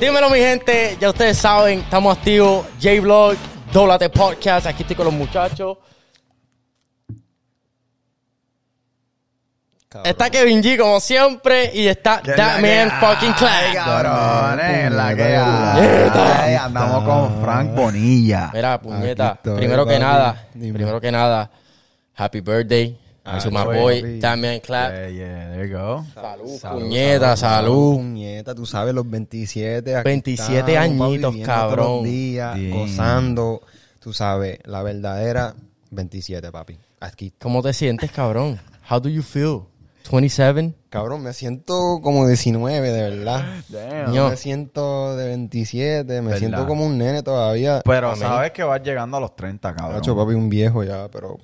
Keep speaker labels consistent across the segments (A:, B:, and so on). A: Dímelo, mi gente. Ya ustedes saben, estamos activos. J-Blog, Doblate Podcast. Aquí estoy con los muchachos. Está Kevin G, como siempre. Y está
B: Que es la
A: That
B: que
A: Man
B: hay,
A: Fucking Clan.
B: Cabrones, la que
A: Puñeta.
B: hay. Ay, Andamos con Frank Bonilla.
A: Mira, puñeta.
C: Aquí estoy,
A: Primero que
C: papi.
A: nada,
C: Dime.
A: primero que nada, Happy Birthday to my
B: bueno,
A: boy,
B: papi.
A: That Man Clan.
C: Eh,
B: Yeah, yeah, there you go.
A: Salud, puñeta, salud.
C: Puñeta, tú sabes, los 27. aquí
A: 27
C: estamos, papi,
A: añitos,
C: viviendo otros
A: cabrón.
C: días,
B: Bien.
C: gozando. Tú sabes, la verdadera 27, papi. Aquí.
A: ¿Cómo te sientes, cabrón? How do you feel? 27?
C: Cabrón, me siento como 19, de verdad.
B: Damn.
A: Ño.
C: Me siento de 27, me
B: ¿Verdad? Pues,
C: siento como un nene todavía.
B: Pero
A: Amén.
B: sabes que vas llegando a los 30,
C: Nacho,
B: cabrón.
C: papi, un viejo ya, pero...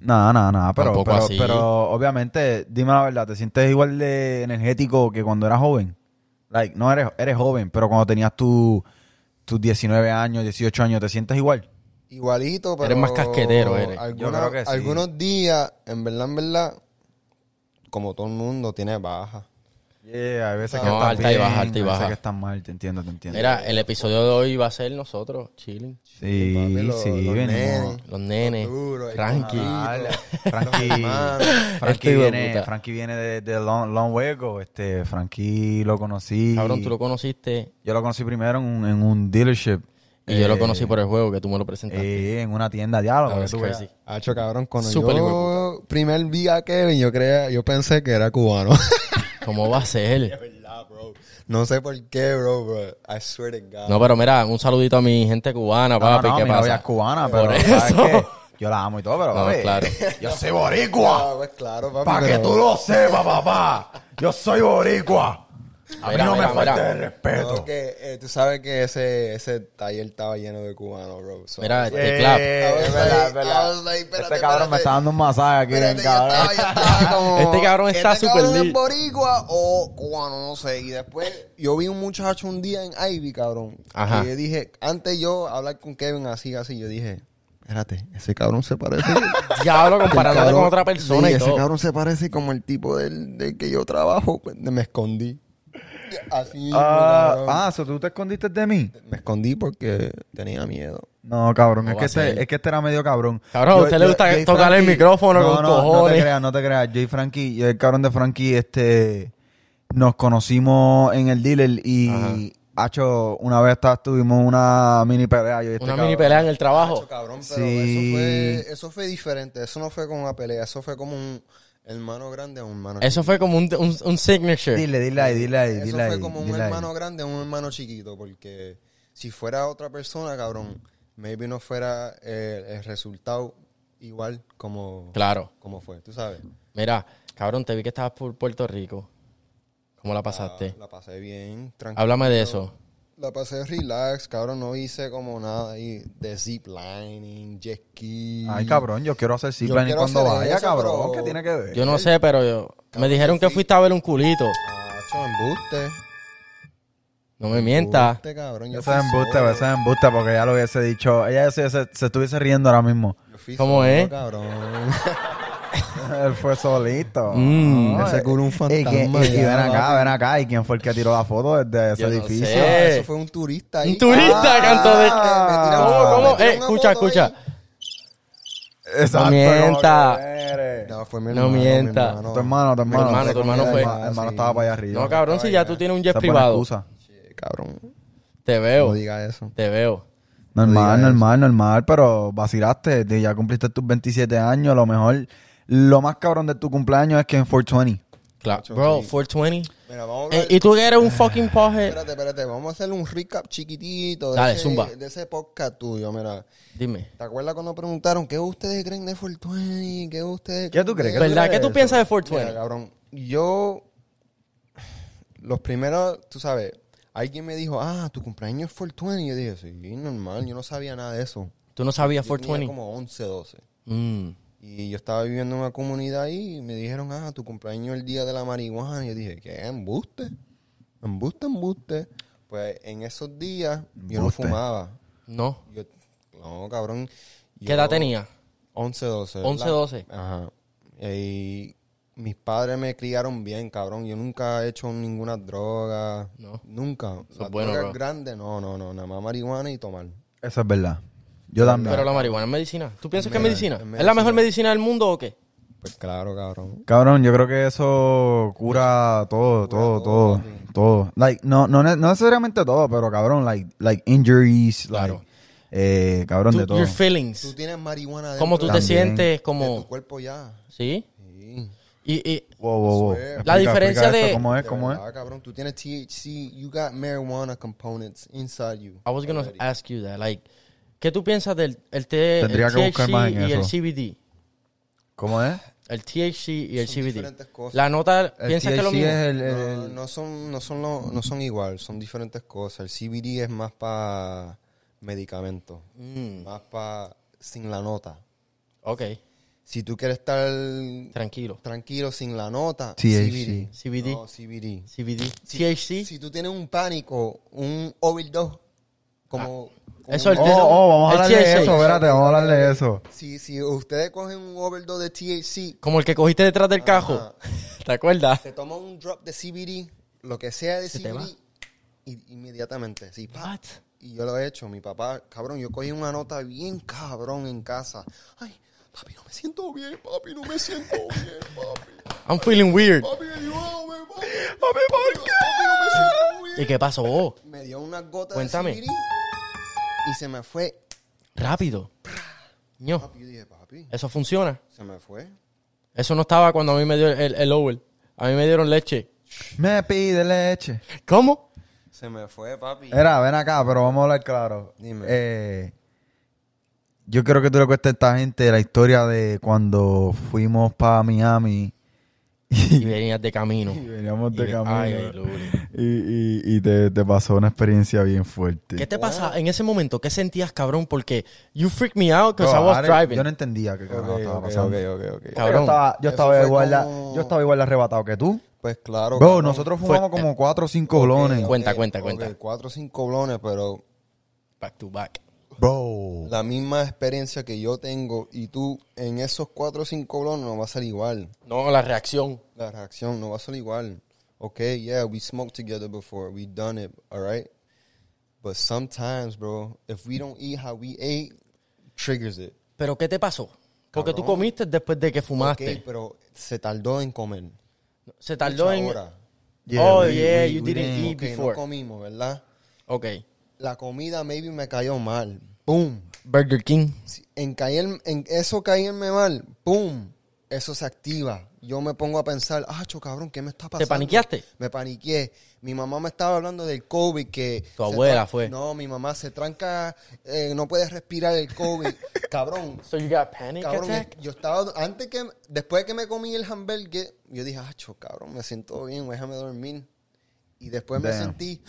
B: No, no, no. Pero,
A: Tampoco
B: pero,
A: así.
B: pero obviamente, dime la verdad, ¿te sientes igual de energético que cuando eras joven? Like, no eres, eres joven, pero cuando tenías tu- tus 19 años, 18 años, ¿te sientes igual?
C: Igualito, pero...
A: Eres más casquetero, eres. Yo
C: alguna-
B: creo que sí.
C: Algunos días, en verdad, en verdad, como todo el mundo, tiene baja.
B: Yeah, hay veces
A: que No, estás alta y bien, baja, alta y hay veces baja.
B: que
A: que
B: estás mal, te entiendo, te entiendo.
A: Mira, el episodio de hoy va a ser nosotros, chilling.
B: sí,
C: Papi, los-
B: sí, venimos.
C: los nenes.
A: Los nenes.
C: Duro, ahí
A: Frankie.
C: con la-
B: Dale,
C: Los
B: Frankie,
C: hermanos.
A: Este
B: Frankie,
A: hijo de
B: viene,
A: puta.
B: Frankie viene de, de Long, Long Way Ago. Este, Frankie lo conocí.
A: Cabrón, tú lo conociste
B: Yo lo conocí primero en un, en un dealership.
A: y yo lo
B: Eh,
A: conocí por el juego que tú me lo presentaste.
B: eh, en una tienda de diálogo.
A: Ah,
B: que
A: es
B: tú
A: crazy.
B: veas.
C: Hacho, cabrón, cuando
A: Súper
C: yo primer vi a Kevin, yo creía, yo pensé que era cubano.
A: ¿Cómo va a ser?
C: no sé por qué, bro, bro. I swear to God.
A: No, pero mira, un saludito a mi gente cubana,
B: No, no,
A: papi.
B: no,
A: ¿Qué
B: mi novia
A: pasa?
B: es cubana, pero
A: Por
B: ¿sabes
A: eso.
B: qué? yo la amo y todo, pero
A: No,
B: papi,
A: claro.
B: yo soy boricua.
C: Ah, pues claro, papi.
B: Para que
C: pero-
B: tú lo sepas, papá. Yo soy boricua. A mí
A: Mira,
B: no
A: mira,
B: me falta
A: mira.
B: el
C: No,
B: respeto.
C: que, eh, tú sabes que ese, ese taller estaba lleno de cubanos, bro. So-
A: Mira, este
B: Eh,
A: clap.
B: es verdad, es verdad.
C: I was like, espérate,
B: Este cabrón me
C: espérate.
B: está dando un masaje aquí,
C: Espérate,
B: bien,
C: yo
B: cabrón.
C: estaba- yo estaba como,
A: Este cabrón está
C: ¿este
A: súper
C: cabrón es
A: lit.
C: boricua o cubano, no sé. Y después yo vi un muchacho un día en Ivy, cabrón.
A: Ajá.
C: Que yo dije, antes yo hablar con Kevin así, así, yo dije, espérate, ese cabrón se parece.
A: Diablo, comparándote
C: Cabrón,
A: con otra persona
C: sí,
A: y
C: ese
A: todo.
C: cabrón se parece como el tipo del, del que yo trabajo. pues, Me escondí. Así.
B: Ah,
C: cabrón.
B: ah, ¿so ¿tú te escondiste de mí?
C: Me escondí porque tenía miedo.
B: No, cabrón, es
A: va
B: que,
A: a ser?
B: este, es que este era medio cabrón.
A: Cabrón, ¿a usted le gusta
B: yo y
A: tocar el micrófono
B: no,
A: con
B: no, No
A: cojones?
B: te creas, no te creas. Yo y Frankie, yo y el cabrón de Frankie, este, nos conocimos en el dealer y, hacho, una vez está- tuvimos una mini pelea. Yo y este
A: Una
B: cabrón.
A: mini pelea en el trabajo.
C: Nacho, cabrón, pero
B: Sí.
C: eso, fue, eso fue diferente. Eso no fue como una pelea. Eso fue como un hermano grande a un hermano
A: Eso fue como un, un, un signature.
B: Dile, dile ahí, dile ahí,
C: chiquito. Eso
B: dile ahí.
C: fue como un
B: dile ahí.
C: hermano grande a un hermano chiquito. Porque si fuera otra persona, cabrón,
A: Mm.
C: maybe no fuera eh, el resultado igual como,
A: Claro.
C: como fue. Tú sabes.
A: Mira, cabrón, te vi que estabas por Puerto Rico. ¿Cómo la pasaste?
C: La, la pasé bien,
B: Ah,
C: tranquilo.
A: Háblame de eso.
C: La pasé relax, cabrón. No hice como nada ahí de zip lining, jet ski.
B: Ay, cabrón, yo quiero hacer
C: Yo
B: zipline
C: quiero
B: cuando
C: hacer
B: vaya,
C: eso,
B: cabrón.
C: pero-
B: ¿Qué tiene que ver?
A: Yo no sé, pero yo- me dijeron que fuiste a ver un culito.
C: Nacho, embuste.
A: No me mientas.
C: Embuste, cabrón. Yo
B: Esa es
C: fui
B: embuste,
C: solo.
B: esa es embuste, porque ya lo hubiese dicho. Ella se, se- se estuviese riendo ahora mismo.
C: Yo fui
A: ¿Cómo
C: solo,
A: es?
C: Cabrón.
B: Él fue solito.
A: Mm.
B: No,
C: Ese
B: eh,
C: culo un
B: y que-
C: fantasma,
B: Y, y ven
C: ya,
B: acá,
C: papi.
B: ven acá. ¿Y quién fue el que tiró la foto desde ese
A: Yo no
B: edificio?
A: sé.
C: Ah,
A: Eh.
C: Eso fue un turista ahí.
A: Un turista
C: Ah,
A: cantó de.
C: me tiraron-
A: ¿Cómo, cómo?
C: me tiraron
A: Eh,
C: una
A: escucha,
C: foto
A: escucha.
B: Exacto.
A: No mienta.
B: como que eres.
C: No, fue mi
A: No
C: hermano, mi
A: mienta.
C: hermano.
B: Tu hermano, tu hermano.
A: hermano,
B: Sí,
A: tu hermano fue.
B: hermano,
C: Ah,
B: hermano estaba para allá arriba.
A: No, cabrón, si ya tú tienes un jet
B: Esa es buena
A: privado.
B: excusa.
C: Sí, Cabrón,
A: Te
C: no
A: veo,
C: diga eso.
A: te veo.
B: Normal,
C: digas
B: normal, normal, pero vacilaste. de- Ya cumpliste tus 27 años. Lo mejor, lo más cabrón de tu cumpleaños es que en 420.
A: Claro. Bro, 420.
C: Mira, vamos a
A: Eh,
C: hablar-
A: y tú que eres un fucking poje.
C: Espérate, espérate. Vamos a hacer un recap chiquitito de,
A: Dale,
C: ese,
A: zumba.
C: de ese podcast tuyo, mira.
A: Dime.
C: ¿Te acuerdas cuando preguntaron qué ustedes creen de 420? ¿Qué ustedes
B: ¿Qué tú crees?
C: de-
A: ¿Verdad? ¿Qué tú
B: eso?
A: piensas de
C: Mira,
A: 420?
C: cabrón, yo. Los primeros, tú sabes, alguien me dijo, ah, tu cumpleaños es 420. Y yo dije, sí, normal, yo no sabía nada de eso.
A: Tú no sabías
C: Yo tenía
A: 420.
C: como 11, 12.
A: Mm.
C: Y yo estaba viviendo en una comunidad ahí y me dijeron, ah, tu cumpleaños es el día de la marihuana. Y yo dije, ¿qué? ¿Embuste? ¿Embuste, embuste? Pues en esos días yo no
B: Embuste.
C: fumaba.
A: No.
C: Yo, no, cabrón.
A: ¿Qué
C: yo-
A: edad tenía?
C: 11, 12.
A: 11,
C: ¿verdad?
A: 12.
C: Ajá. Y mis padres me criaron bien, cabrón. Yo nunca he hecho ninguna droga.
A: No.
C: Nunca. Las
A: bueno,
C: drogas
A: bro.
C: grandes, no, no, no. Nada más marihuana y tomar.
B: Eso es verdad. Yo también.
A: Pero la marihuana es medicina. ¿Tú piensas que es
C: Mira,
A: medicina?
C: es
A: ¿Es la mejor medicina del mundo o qué?
C: Pues claro, cabrón.
B: Cabrón, yo creo que eso cura todo, todo, todo, todo. Like, no, no, ne- no necesariamente todo, pero cabrón, like, like injuries,
A: Claro.
B: like, eh, cabrón,
A: Tú-
B: de todo.
A: Your
C: Tú
A: feelings.
C: tienes marihuana dentro
A: ¿Cómo tú te
B: También.
A: sientes?
C: de tu
A: Como,
C: cuerpo ya.
A: ¿Sí?
C: Sí.
A: Y, y
B: Wow, wow, wow.
C: La
A: diferencia
B: esto,
A: de-
B: ¿Cómo es?
C: De
B: ¿Cómo es?
C: verdad, cabrón. Tú tienes THC. You got marijuana components inside you.
A: I was gonna ask you that. Like, ¿Qué tú piensas del el T- el
B: Tendría que buscar
A: THC
B: más
A: y
B: en
A: el
B: eso.
A: CBD?
B: ¿Cómo es?
A: El THC y el
C: Son diferentes
A: CBD.
C: cosas.
A: La nota,
B: El
A: ¿piensas que es lo
B: THC
A: mismo?
B: es el- el-
C: No,
B: el-
C: no son, no son, lo- no son igual, son diferentes cosas. El CBD es más para medicamentos,
A: Mm,
C: más para sin la nota.
A: ok,
C: Si tú quieres estar
A: tranquilo.
C: tranquilo sin la nota,
B: THC.
A: CBD,
C: No, CBD.
A: CBD,
C: Si-
A: THC.
C: Si tú tienes un pánico, un overdose,
A: Ah,
C: como... como
A: eso
C: un-
A: El
B: Oh,
A: de-
B: oh, vamos a
A: el
B: hablar de
A: THC.
B: eso, espérate, vamos a hablar de eso.
C: Si, si ustedes cogen un overdose de THC,
A: Como el que cogiste detrás del cajo. ¿Te acuerdas?
C: se toma un drop de CBD, lo que sea de
A: Se te
C: CBD, y- inmediatamente. Sí, pa,
A: What?
C: Y yo lo he hecho. Mi papá, cabrón, yo cogí una nota bien cabrón en casa. Ay, papi, no me siento bien, papi, no me siento bien, papi.
A: I'm feeling weird.
C: Papi, ayúdame, papi. Papi, ¿por qué? Eh, Papi, no me siento
A: ¿Y
C: bien.
A: qué pasó? Oh,
C: Me dio una gota
A: Cuéntame.
C: de CBD y se me fue.
A: rápido. Ño,
C: Papi, yo dije, papi,
A: eso funciona.
C: se me fue.
A: Eso no estaba cuando a mí me dio el, el Lowell. A mí me dieron leche.
B: Me pide leche.
A: ¿Cómo?
C: Se me fue, papi.
B: Era, ven acá, pero vamos a hablar claro.
C: Dime.
B: Eh, yo creo que tú le cuesta a esta gente la historia de cuando fuimos para Miami
A: Y venías de camino.
B: y veníamos
A: Y
B: de
A: de-
B: camino.
A: ay, Luli.
B: y y, y te, te pasó una experiencia bien fuerte.
A: ¿Qué te pasa en ese momento? ¿Qué sentías, cabrón? Porque you freaked me out because
B: No,
A: I was
B: Jared,
A: driving.
B: Yo no entendía qué carajo
C: Ok,
B: estaba
C: ok,
B: pasando.
C: ok, ok, ok.
A: Cabrón.
B: Yo estaba, yo
C: Eso
B: estaba
C: fue
B: igual, la-
C: como-
B: yo estaba igual arrebatado que tú.
C: Pues claro.
B: Bro,
C: cabrón. Eh,
B: nosotros
A: Fue-
B: fumamos como cuatro o cinco blones.
A: ok. Cuenta,
C: Ok,
A: cuenta,
C: ok,
A: cuenta.
C: Cuatro o cinco blones, pero
A: Back to back.
B: Bro.
C: la misma experiencia que yo tengo y tú en esos cuatro o cinco blones no va a ser igual.
A: No, la reacción.
C: La reacción no va a ser igual. Ok, yeah, we smoked together before, we done it, all right? But sometimes, bro, if we don't eat how we ate, triggers it.
A: ¿Pero qué te pasó? Porque tú
C: Cabrón.
A: comiste después de que fumaste.
C: Ok, pero se tardó en comer.
A: Se tardó en...
C: Mucha hora.
A: oh,
B: we-
A: yeah,
B: we-
A: you
B: we
A: didn't
B: didn't-
A: eat
C: Ok,
A: before.
C: no comimos, ¿verdad?
A: Ok.
C: La comida maybe me cayó mal. Boom.
A: Burger King.
C: Si- en, caer- en eso caerme mal, ¡pum! Eso se activa. Yo me pongo a pensar, ah, cho, cabrón, ¿qué me está pasando?
A: paniqueaste?
C: Me paniqué. Mi mamá me estaba hablando del COVID que...
A: Tu
C: se
A: abuela
C: tra-
A: fue.
C: No, mi mamá se tranca, eh, no puedes respirar el COVID. cabrón,
A: So you got panic
C: cabrón,
A: attack?
C: yo estaba... Antes que... Después que me comí el hamburger, yo dije, ah, cho, cabrón, me siento bien, déjame dormir. Y después me
B: Damn.
C: sentí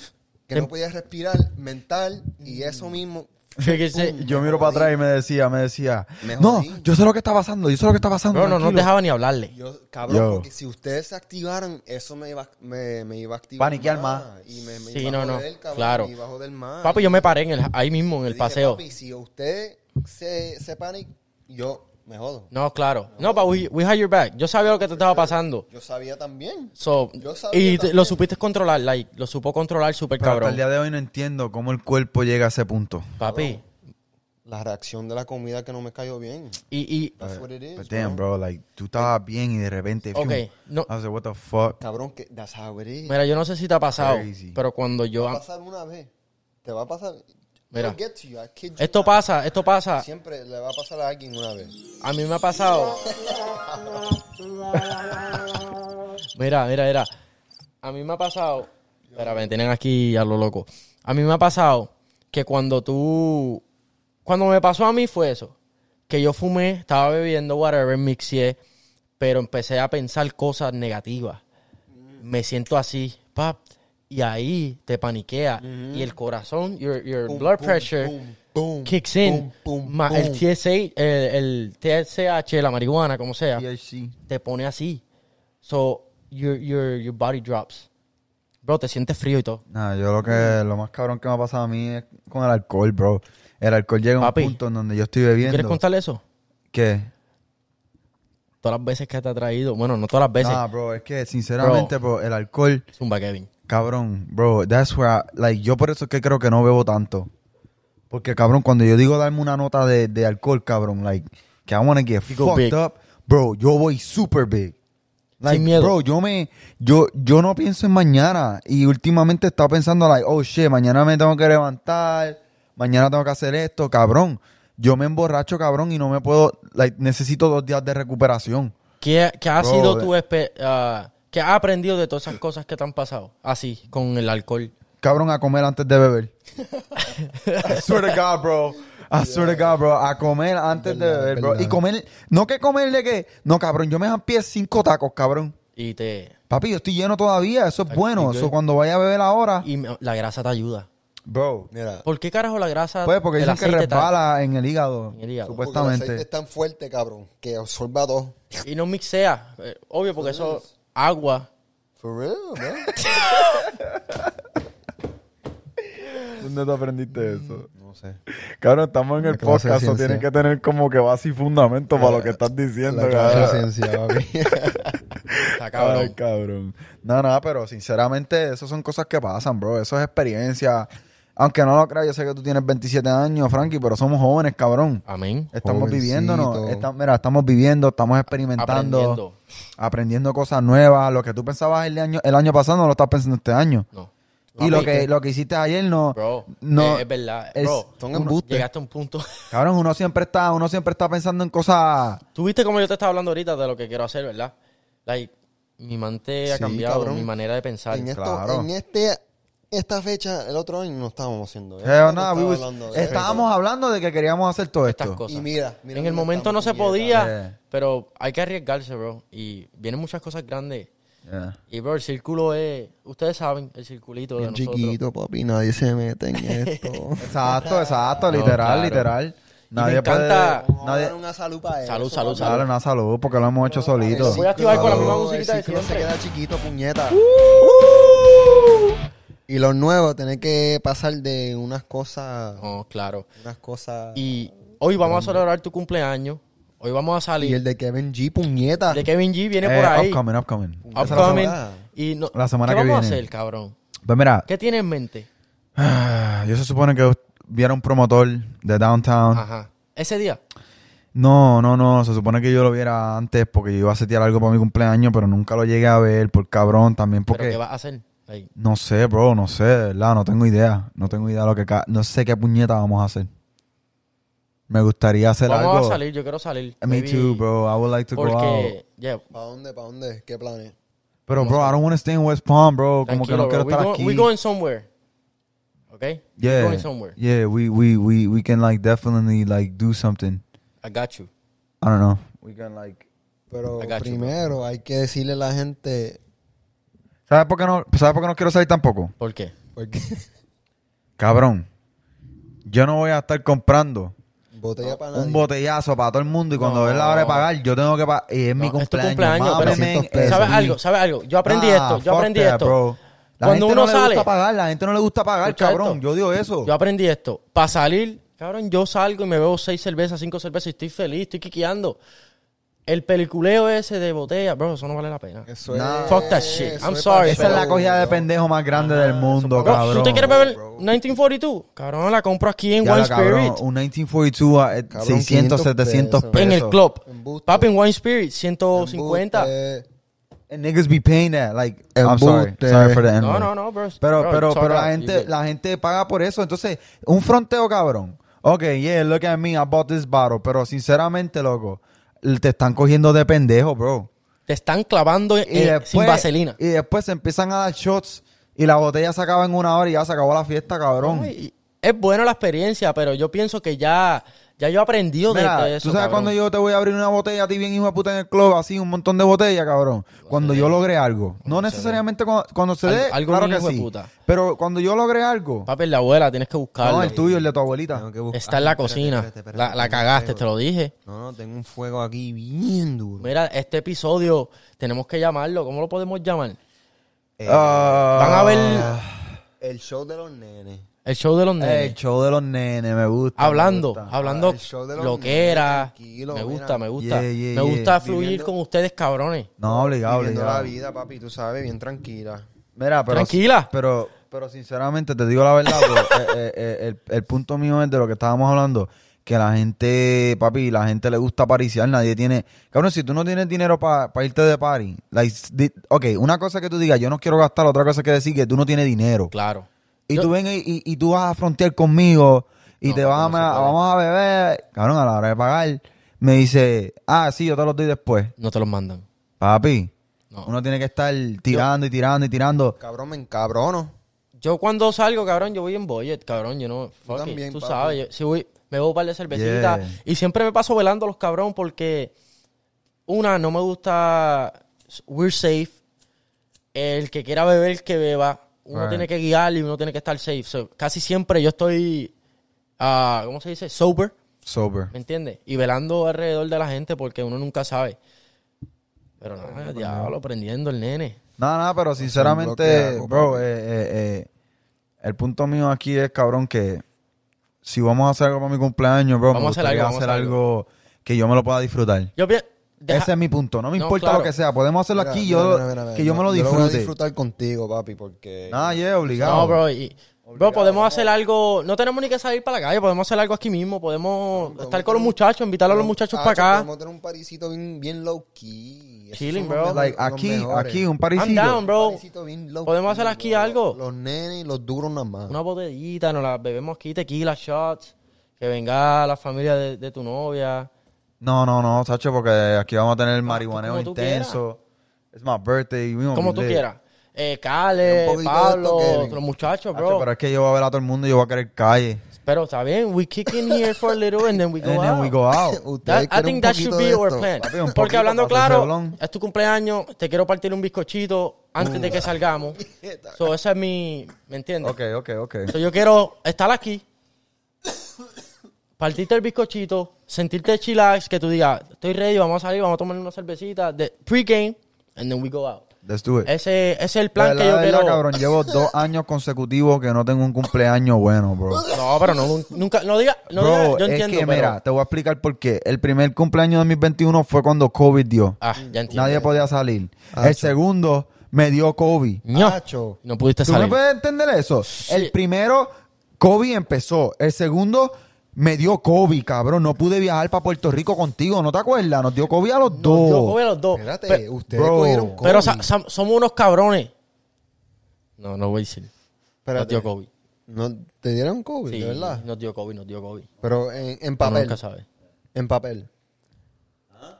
C: que no podía respirar mental y
A: Mm.
C: eso mismo...
A: Triggers it.
C: pum,
B: Yo
C: me
B: miro para
C: jodí.
B: atrás y me decía, me decía,
C: Me
B: no,
C: jodí.
B: yo sé lo que está pasando, yo sé lo que está pasando.
A: Bro, no, no
B: tranquilo".
A: dejaba ni hablarle.
C: Yo, cabrón,
B: Yo.
C: porque si ustedes se activaran, eso me iba, me, me iba a activar.
B: Paniquear más.
C: Y me, me
A: Sí,
C: iba
A: no,
C: a
A: no,
C: joder, cabrón,
A: claro.
C: Me iba a joder más.
A: Papi, yo me paré en el, ahí mismo en
C: Yo
A: el
C: Ah. dije,
A: paseo.
C: Papi, si usted se, se panic, yo me jodo.
A: No, claro. No, but we, we had your back. Yo sabía lo que te estaba pasando.
C: Yo sabía también.
A: So,
C: Yo sabía
A: y te-
C: también.
A: lo supiste controlar, like, lo supo controlar súper
B: Pero hasta el
A: cabrón.
B: día de hoy no entiendo cómo el cuerpo llega a ese punto.
A: Papi,
C: La reacción de la comida que no me cayó bien.
A: y, y
C: That's what it is,
B: But pues, damn,
C: bro.
B: bro, like, tú estabas bien y de repente...
A: Ok,
B: fium.
A: no.
B: I was like, what the fuck?
C: Cabrón, que that's how it is.
A: mira, yo no sé si te ha pasado,
B: Crazy.
A: pero cuando yo...
C: va a pasar una vez. Te va a pasar.
A: Mira.
C: It'll get to you, I kid you
A: Esto
C: not.
A: pasa, esto pasa.
C: Siempre le va a pasar a alguien una vez.
A: A mí me ha pasado. mira, mira, mira. A mí me ha pasado. Espera, me tienen aquí a lo loco. A mí me ha pasado que cuando tú. Cuando me pasó a mí fue eso. Que yo fumé, estaba bebiendo, whatever, mixé, pero empecé a pensar cosas negativas.
C: Mm.
A: Me siento así, pap. Y ahí te paniquea. Y el corazón, your, your
C: Mm. Pum,
A: blood
C: pum,
A: pressure
C: pum, pum,
A: kicks in,
C: pum, pum,
A: ma- el
C: pum.
A: TSA, el, el TSH, la marihuana, como sea,
B: THC.
A: te pone así. So, your, your, your body drops. Bro, te sientes frío y todo.
B: Nah, yo lo que lo más cabrón que me ha pasado a mí es con el alcohol, bro. El alcohol llega a un
A: Papi,
B: punto en donde yo estoy bebiendo.
A: ¿Quieres contarle eso?
B: ¿Qué?
A: todas las veces que te ha traído. Bueno, no todas las veces.
B: Nah, bro, es que sinceramente, bro, el alcohol,
A: Zumba Kevin.
B: cabrón, bro, that's where, I- like, yo por eso es que creo que no bebo tanto. Porque, cabrón, cuando yo digo darme una nota de, de alcohol, cabrón, like, que I wanna get
A: You go
B: fucked
A: big.
B: up, bro, yo voy super big. Like,
A: Sin miedo.
B: bro, yo me, yo, yo no pienso en mañana. Y últimamente estaba pensando, like, oh shit, mañana me tengo que levantar, mañana tengo que hacer esto, cabrón. Yo me emborracho, cabrón, y no me puedo, like, necesito dos días de recuperación.
A: ¿Qué, qué ha
B: Bro, eh.
A: sido
B: de-
A: tu espe- ah, ¿Qué has aprendido de todas esas cosas que te han pasado? Así, con el alcohol.
B: cabrón, a comer antes de beber. I swear to God, bro. I swear to God, bro. A comer antes de beber, bro. Y comer, no que comerle que, no, cabrón, yo me jampié cinco tacos, cabrón.
A: Y te.
B: Papi, yo estoy lleno todavía, eso es bueno. Eso cuando vaya a beber ahora,
A: Y me- la grasa te ayuda.
B: bro.
C: Mira,
A: ¿Por qué carajo la grasa?
B: Pues porque
A: el
B: dicen que
A: aceite te-
B: resbala en el hígado,
A: En el hígado.
C: porque el aceite
B: supuestamente.
C: es tan fuerte, cabrón, que absorba todo.
A: Y no mixea. Eh, Obvio, porque
B: Pues
A: eso. Agua.
C: For real, man.
B: ¿Dónde te aprendiste
A: Mm,
B: eso?
C: no sé.
B: Cabrón, estamos en el
C: clase de podcast, so ciencia. tienes que
B: tener como que base y fundamento para
A: Ah,
B: lo que estás diciendo,
A: Está cabrón.
B: Ay, cabrón. No, no, pero sinceramente, esas son cosas que pasan, bro. Eso es experiencia. Aunque no lo creas, yo sé que tú tienes 27 años, Frankie, pero somos jóvenes, cabrón.
A: Amén.
B: Estamos
C: Jovencito.
B: viviéndonos. Esta- mira, estamos viviendo, estamos experimentando, aprendiendo.
A: Aprendiendo.
B: cosas nuevas. Lo que tú pensabas el año, el año pasado no lo estás pensando este año.
A: No.
B: y lo
A: Papi,
B: que, lo que hiciste ayer no.
A: Bro,
B: no
A: eh, es verdad.
B: es-
A: bro,
C: Son
A: uno-
C: embustes.
A: llegaste a un punto.
B: Cabrón, uno siempre está, uno siempre está pensando en cosas.
A: Tú viste como yo te estaba hablando ahorita de lo que quiero hacer, ¿verdad? Like, mi mente ha
C: Sí,
A: cambiado,
C: cabrón.
A: mi manera de pensar.
C: en, esto-
B: claro.
C: en este, esta fecha, el otro año, no estábamos haciendo eso.
B: Pero
C: No
B: nada,
C: estaba
B: eh, we was-
C: hablando de
B: estábamos hablando de que queríamos hacer todo
A: Estas
B: esto.
A: cosas.
C: Y mira, mira
A: en
C: dónde
A: el momento
C: estamos,
A: no se
C: puñeta.
A: podía,
B: Eh.
A: pero hay que arriesgarse, bro. Y vienen muchas cosas grandes.
B: Yeah.
A: Y, bro, el círculo es... Ustedes saben, el circulito de
C: Bien
A: nosotros.
C: chiquito, papi, nadie se mete en esto.
B: Exacto, exacto,
A: No,
B: literal,
A: claro.
B: literal.
A: Y
B: Nadie
A: me encanta-
B: puede.
C: Vamos a
B: Nadie,
C: dar una salud para
A: Salud,
C: eso,
A: salud,
C: papi.
B: dale una salud porque lo hemos hecho solito.
A: Lo voy a activar con la misma
C: Bro,
A: musiquita
C: el
A: de
C: círculo se
A: siempre.
C: queda chiquito, puñeta. Y los nuevos, tener que pasar de unas cosas,
A: No, claro.
C: unas cosas... Y,
A: Y hoy vamos a celebrar tu cumpleaños. Hoy vamos a salir.
C: el de Kevin G, puñeta.
A: De Kevin G viene
B: Eh,
A: por ahí.
B: Upcoming, upcoming.
A: Upcoming.
B: Esa es la semana-
A: Y no-
B: La semana
A: ¿Qué
B: que
A: vamos a
B: viene.
A: hacer, cabrón?
B: Pues mira,
A: ¿Qué tienes en mente?
B: yo se supone que viera un promotor de Downtown.
A: Ajá. Ese día.
B: No, no, no. Se supone que yo lo viera antes porque yo iba a setear algo para mi cumpleaños, pero nunca lo llegué a ver por cabrón también
A: ¿Pero
B: porque.
A: qué vas a hacer? Ahí.
B: No sé, bro, no sé, de ¿verdad? No tengo idea. No tengo idea lo que. ca- No sé qué puñeta vamos a hacer. Me gustaría hacer
A: Vamos
B: algo.
A: a salir, yo quiero salir.
B: Me
A: Maybe
B: too, bro. I would like to go out.
A: Porque, yeah,
C: ¿Para dónde, para dónde? ¿Qué planes?
B: Pero, bro, I don't want to stay in West Palm, bro. Como que
A: tranquilo,
B: no
A: bro.
B: quiero
A: We
B: estar
A: go-
B: aquí.
A: We going somewhere. Okay?
B: yeah.
A: We going somewhere.
B: Yeah, we, we, we, we can, like, definitely, like, do something.
A: I got you.
B: I don't know.
C: Pero
A: I got you,
C: primero hay que decirle a la gente...
B: ¿Sabes por qué no, ¿sabes por qué no quiero salir tampoco?
A: ¿Por qué?
C: Porque
B: Cabrón. Yo no voy a estar comprando
C: botella para nadie.
B: un botellazo para todo el mundo y cuando es la hora de pagar, yo tengo que pagar. Y es mi
A: No, es tu
B: cumpleaños.
A: cumpleaños, pero-
B: mámenme en
C: pesos.
A: ¿Sabes
B: eso.
A: algo? ¿Sabes algo? Yo aprendí
B: Ah,
A: esto, yo
B: fuck
A: aprendí
B: that,
A: esto.
B: bro. La
A: Cuando
B: gente no
A: uno
B: le
A: sale,
B: gusta pagar, la gente no le gusta pagar,
A: Escucha
B: cabrón.
A: esto.
B: Yo digo eso.
A: yo aprendí esto. Para salir, cabrón, yo salgo y me veo seis cervezas, cinco cervezas y estoy feliz, estoy quiqueando. El peliculeo ese de botella, bro, eso no vale la pena.
C: Eso
B: No.
A: Fuck that shit.
C: eso
A: I'm
C: es
A: sorry,
B: Esa es la
A: pero-
B: cogida de pendejo más grande del mundo,
A: Bro,
B: cabrón.
A: ¿tú te quieres beber
C: Bro.
A: 1942? Cabrón, la compro aquí en
B: Ya
A: One
B: lo, cabrón,
A: Spirit.
B: un 1942 a eh,
C: Cabrón,
B: 600, 700
C: pesos.
B: pesos.
A: En el club.
C: Embuste.
A: Papi, en Wine Spirit, 150.
C: Embuste.
B: And niggas be paying that. Like, I'm sorry.
C: Embuste.
B: Sorry for the
A: No,
B: N-word.
A: no, no, bro.
B: Pero,
A: Bro,
B: pero,
A: it's all
B: pero la
A: good. You
B: gente,
A: good.
B: la gente paga por eso. Entonces, un fronteo, cabrón. Ok, yeah, look at me, I bought this bottle. Pero sinceramente, loco, te están cogiendo de pendejo, bro.
A: Te están clavando en-
B: Y
A: en-
B: después,
A: Eh, sin vaselina.
B: Y después se empiezan a dar shots y la botella se acaba en una hora y ya se acabó la fiesta, cabrón.
A: Ay, y- Es buena la experiencia, pero yo pienso que ya, ya yo he aprendido de-
B: Mira,
A: de eso.
B: tú sabes
A: cabrón.
B: cuando yo te voy a abrir una botella a ti bien hijo de puta en el club, así un montón de botellas, cabrón. Cuando yo logré algo. No necesariamente cuando, cuando se
A: Algo-
B: dé,
A: algo
B: claro
A: bien
B: que
A: hijo de
B: sí.
A: puta.
B: Pero cuando yo logré algo,
A: Papi, el de abuela, tienes que
B: no,
A: buscarlo.
B: el tuyo, el de tu abuelita.
C: que buscar-
A: Está en la
C: espérate,
A: cocina.
C: espérate, espérate,
A: la, la
C: espérate.
A: cagaste, te lo dije.
C: No, no, tengo un fuego aquí bien duro.
A: Mira, este episodio tenemos que llamarlo. ¿Cómo lo podemos llamar?
B: Ah,
A: Van a ver
C: El show de los nenes.
A: El show de los
C: Eh,
A: nenes.
B: El show de los nenes, me gusta. me
A: hablando,
B: gusta.
A: hablando
C: Ah, el show de los
A: lo que era.
C: nenes, tranquilo,
A: me gusta,
C: mira.
A: me gusta.
B: Yeah, yeah,
A: me gusta
B: yeah.
A: fluir
C: Viviendo-
A: con ustedes, cabrones.
B: No, obligado,
C: Viviendo
B: obligado.
C: la vida, papi, tú sabes, bien tranquila.
B: Mira, pero,
A: Tranquila.
B: Pero, pero sinceramente, te digo la verdad, bro, eh, eh, eh, el, el punto mío es de lo que estábamos hablando, que la gente, papi, la gente le gusta pariciar, nadie tiene... Cabrón, si tú no tienes dinero para irte de party, like, di- ok, una cosa que tú digas, yo no quiero gastar, otra cosa que decir que tú no tienes dinero.
A: Claro.
B: Y
A: Yo-
B: tú ven y, y- y tú vas a frontear conmigo y
A: No,
B: te vas
A: no
B: a,
A: se puede.
B: vamos a beber, cabrón, a la hora de pagar, me dice, ah, sí, yo te lo doy después.
A: No te los mandan.
B: Papi,
A: No.
B: uno tiene que estar tirando y tirando y tirando.
C: Cabrón, me encabrono.
A: Yo cuando salgo, cabrón, yo voy en budget, cabrón. Yo no. Fuck it,
C: también,
A: tú
C: papi.
A: sabes. yo- si voy, me voy un par de cervecitas.
B: Yeah.
A: Y siempre me paso velando a los cabrón porque. Una, no me gusta. We're safe. El que quiera beber, que beba. Uno
B: Right.
A: tiene que guiar y uno tiene que estar safe. So, casi siempre yo estoy. ah, ¿Cómo se dice? Sober.
B: Sober.
A: ¿Me entiendes? Y velando alrededor de la gente porque uno nunca sabe. Pero nada, diablo, prendiendo el nene.
B: Nada, nada, pero
C: bloque
B: sinceramente,
C: hago,
B: bro,
C: papi.
B: eh, eh, eh, el punto mío aquí es, cabrón, que si vamos a hacer algo para mi cumpleaños, bro,
A: Vamos a
B: me
A: hacer
B: gustaría
A: algo, vamos
B: hacer
A: a hacer
B: algo que yo me lo pueda disfrutar.
A: Yo pienso.
B: Ese es mi punto. No me
A: No,
B: importa
A: claro.
B: lo que sea. Podemos hacerlo
C: Mira,
B: aquí,
C: mira,
B: yo,
C: mira, mira, mira,
B: que yo me lo
C: Yo lo voy a
B: disfrute.
C: disfrutar contigo, papi, porque...
B: Nada, yeah, obligado.
A: No, bro. y- bro, podemos hacer algo. No tenemos ni que salir para la calle, podemos hacer algo aquí mismo. Podemos estar con los muchachos, invitar a los muchachos
C: Hacho,
A: para acá.
C: ah, Podemos tener un parisito bien, bien low key. Esos
A: Chilling,
C: son
A: bro.
C: los
B: Like,
C: mejores.
B: aquí,
C: Los mejores.
B: aquí, un
A: I'm
B: parisito.
A: down, bro.
C: Parisito bien low
A: Podemos
C: key,
A: hacer aquí
C: bro.
A: algo.
C: Los nenes y los duros nada más.
A: Una botellita, nos la bebemos aquí, tequila, shots. Que venga la familia de, de tu novia.
B: No, no, no, Sacho, porque aquí vamos a tener el marihuaneo
A: como tú
B: intenso. It's my birthday. we gonna
A: Como
B: be
A: tú
B: lit.
A: quieras. Eh,
C: Un
A: Cale,
C: poquito de
A: Pablo,
C: esto, Kevin.
A: los muchachos,
B: Sacho,
A: bro.
B: pero es que yo voy a ver a todo el mundo y yo voy a querer calle.
A: Pero está bien, we kick in here for a little and then we go
B: And then
A: out.
B: we go out.
A: That-
C: Ustedes
A: I
C: quieren un
A: think that should
C: poquito
A: be
C: de
A: our
C: esto.
A: plan.
B: Papi, un
A: Porque
B: poquito
A: hablando
B: para hacer
A: claro,
B: reblón.
A: es tu cumpleaños, te quiero partir un bizcochito antes de
C: Mm.
A: que salgamos. So, esa es mi, ¿me entiendes?
B: Ok, ok, ok.
A: So, yo quiero estar aquí, partirte el bizcochito, sentirte chillax, que tú digas, estoy ready, vamos a salir, vamos a tomar una cervecita de pre-game, and then we go out.
B: Let's do it.
C: Pues.
A: Ese, ese es el
B: La
A: plan
B: verdad,
A: que yo
B: la verdad,
A: quiero.
B: cabrón, llevo dos años consecutivos que no tengo un cumpleaños bueno, bro.
A: No, pero no, nunca, no diga, no
B: bro,
A: diga, yo
B: es
A: entiendo,
B: que
A: pero-
B: mira, te voy a explicar por qué. El primer cumpleaños de mis 21 fue cuando COVID dio.
A: Ah, ya entiendo.
B: Nadie podía salir. el segundo me dio COVID.
A: Ño.
C: Acho.
A: No pudiste
B: ¿Tú me
A: salir.
B: puedes entender eso? El primero, COVID empezó. El segundo, me dio COVID, cabrón. No pude viajar para Puerto Rico contigo, ¿no te acuerdas? Nos dio COVID a los dos.
A: Yo voy a los dos.
C: Espérate,
A: Oh, Pe-
C: ustedes
B: bro.
C: cogieron COVID.
A: Pero sa- sa- somos unos cabrones. No, no voy a decir.
C: Espérate.
A: Nos dio COVID.
C: No, te dieron COVID,
A: Sí,
C: de verdad.
A: Nos dio COVID, nos dio COVID.
C: Pero en, en
A: Uno
C: papel.
A: nunca sabe.
C: En papel.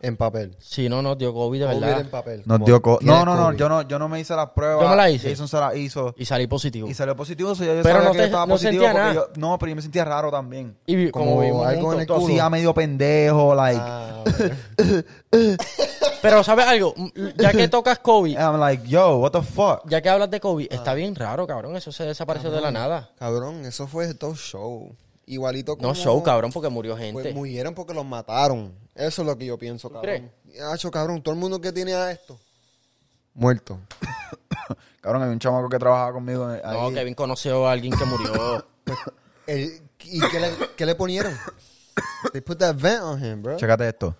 C: En papel.
A: Sí, no, nos dio COVID, de
C: COVID
A: verdad.
C: en papel.
B: Nos
C: Como
B: dio co-
C: tienes
B: No, no, no
C: COVID.
B: yo, no, yo no me hice las pruebas.
A: Yo me la hice.
B: Jason se las hizo.
A: Y salí positivo.
B: Y salió positivo, so ya yo
A: Pero
B: sabía
A: no
B: que
A: te-
B: yo estaba
A: no
B: positivo
A: sentía
B: porque
A: nada.
B: yo... No, pero yo me sentía raro también.
A: Y vi- como,
C: como
A: vivimos
C: algo en
A: juntos.
C: el culo.
B: Tosía medio pendejo, like...
C: Ah, ok.
A: Pero, ¿sabes algo? M- Ya que tocas COVID,
B: I'm like, yo, what the fuck?
A: ya que hablas de COVID, está bien raro, cabrón. Eso se desapareció de la nada.
C: Cabrón, eso fue todo show. Igualito como...
A: No show, cabrón, porque murió gente.
C: Pues murieron porque los mataron. Eso es lo que yo pienso, cabrón. Hacho, cabrón, todo el mundo que tiene a esto. Muerto.
B: Cabrón, hay un chamaco que trabajaba conmigo en- ahí.
A: No, Kevin conoció a alguien que murió.
C: El- ¿Y qué le, qué le ponieron? They put that vent on him, bro.
B: Chécate esto.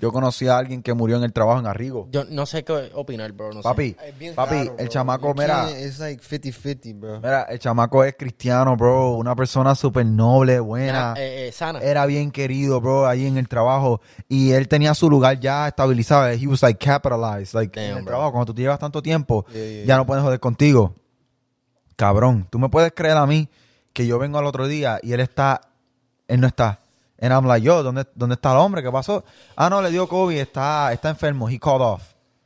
B: Yo conocí a alguien que murió en el trabajo en Arrigo.
A: Yo no sé qué opinar, bro. No sé.
B: Papi,
C: Es bien
B: papi,
C: raro,
B: el
C: bro.
B: chamaco,
C: You
B: mira,
C: can't- It's like 50-50, bro.
B: mira, el chamaco es cristiano, bro. Una persona súper noble, buena.
A: Era, eh, eh, sana.
B: Era bien querido, bro, ahí en el trabajo. Y él tenía su lugar ya estabilizado. He was like capitalized. Like, en
A: Damn,
B: el
A: bro.
B: trabajo, cuando tú te llevas tanto tiempo,
C: Yeah, yeah,
B: ya no puedes joder contigo. Cabrón, tú me puedes creer a mí que yo vengo al otro día y él está, él no está. And I'm like, yo, ¿dónde, dónde está el hombre? ¿Qué pasó? Ah, no, le dio COVID, está, está enfermo. He called off.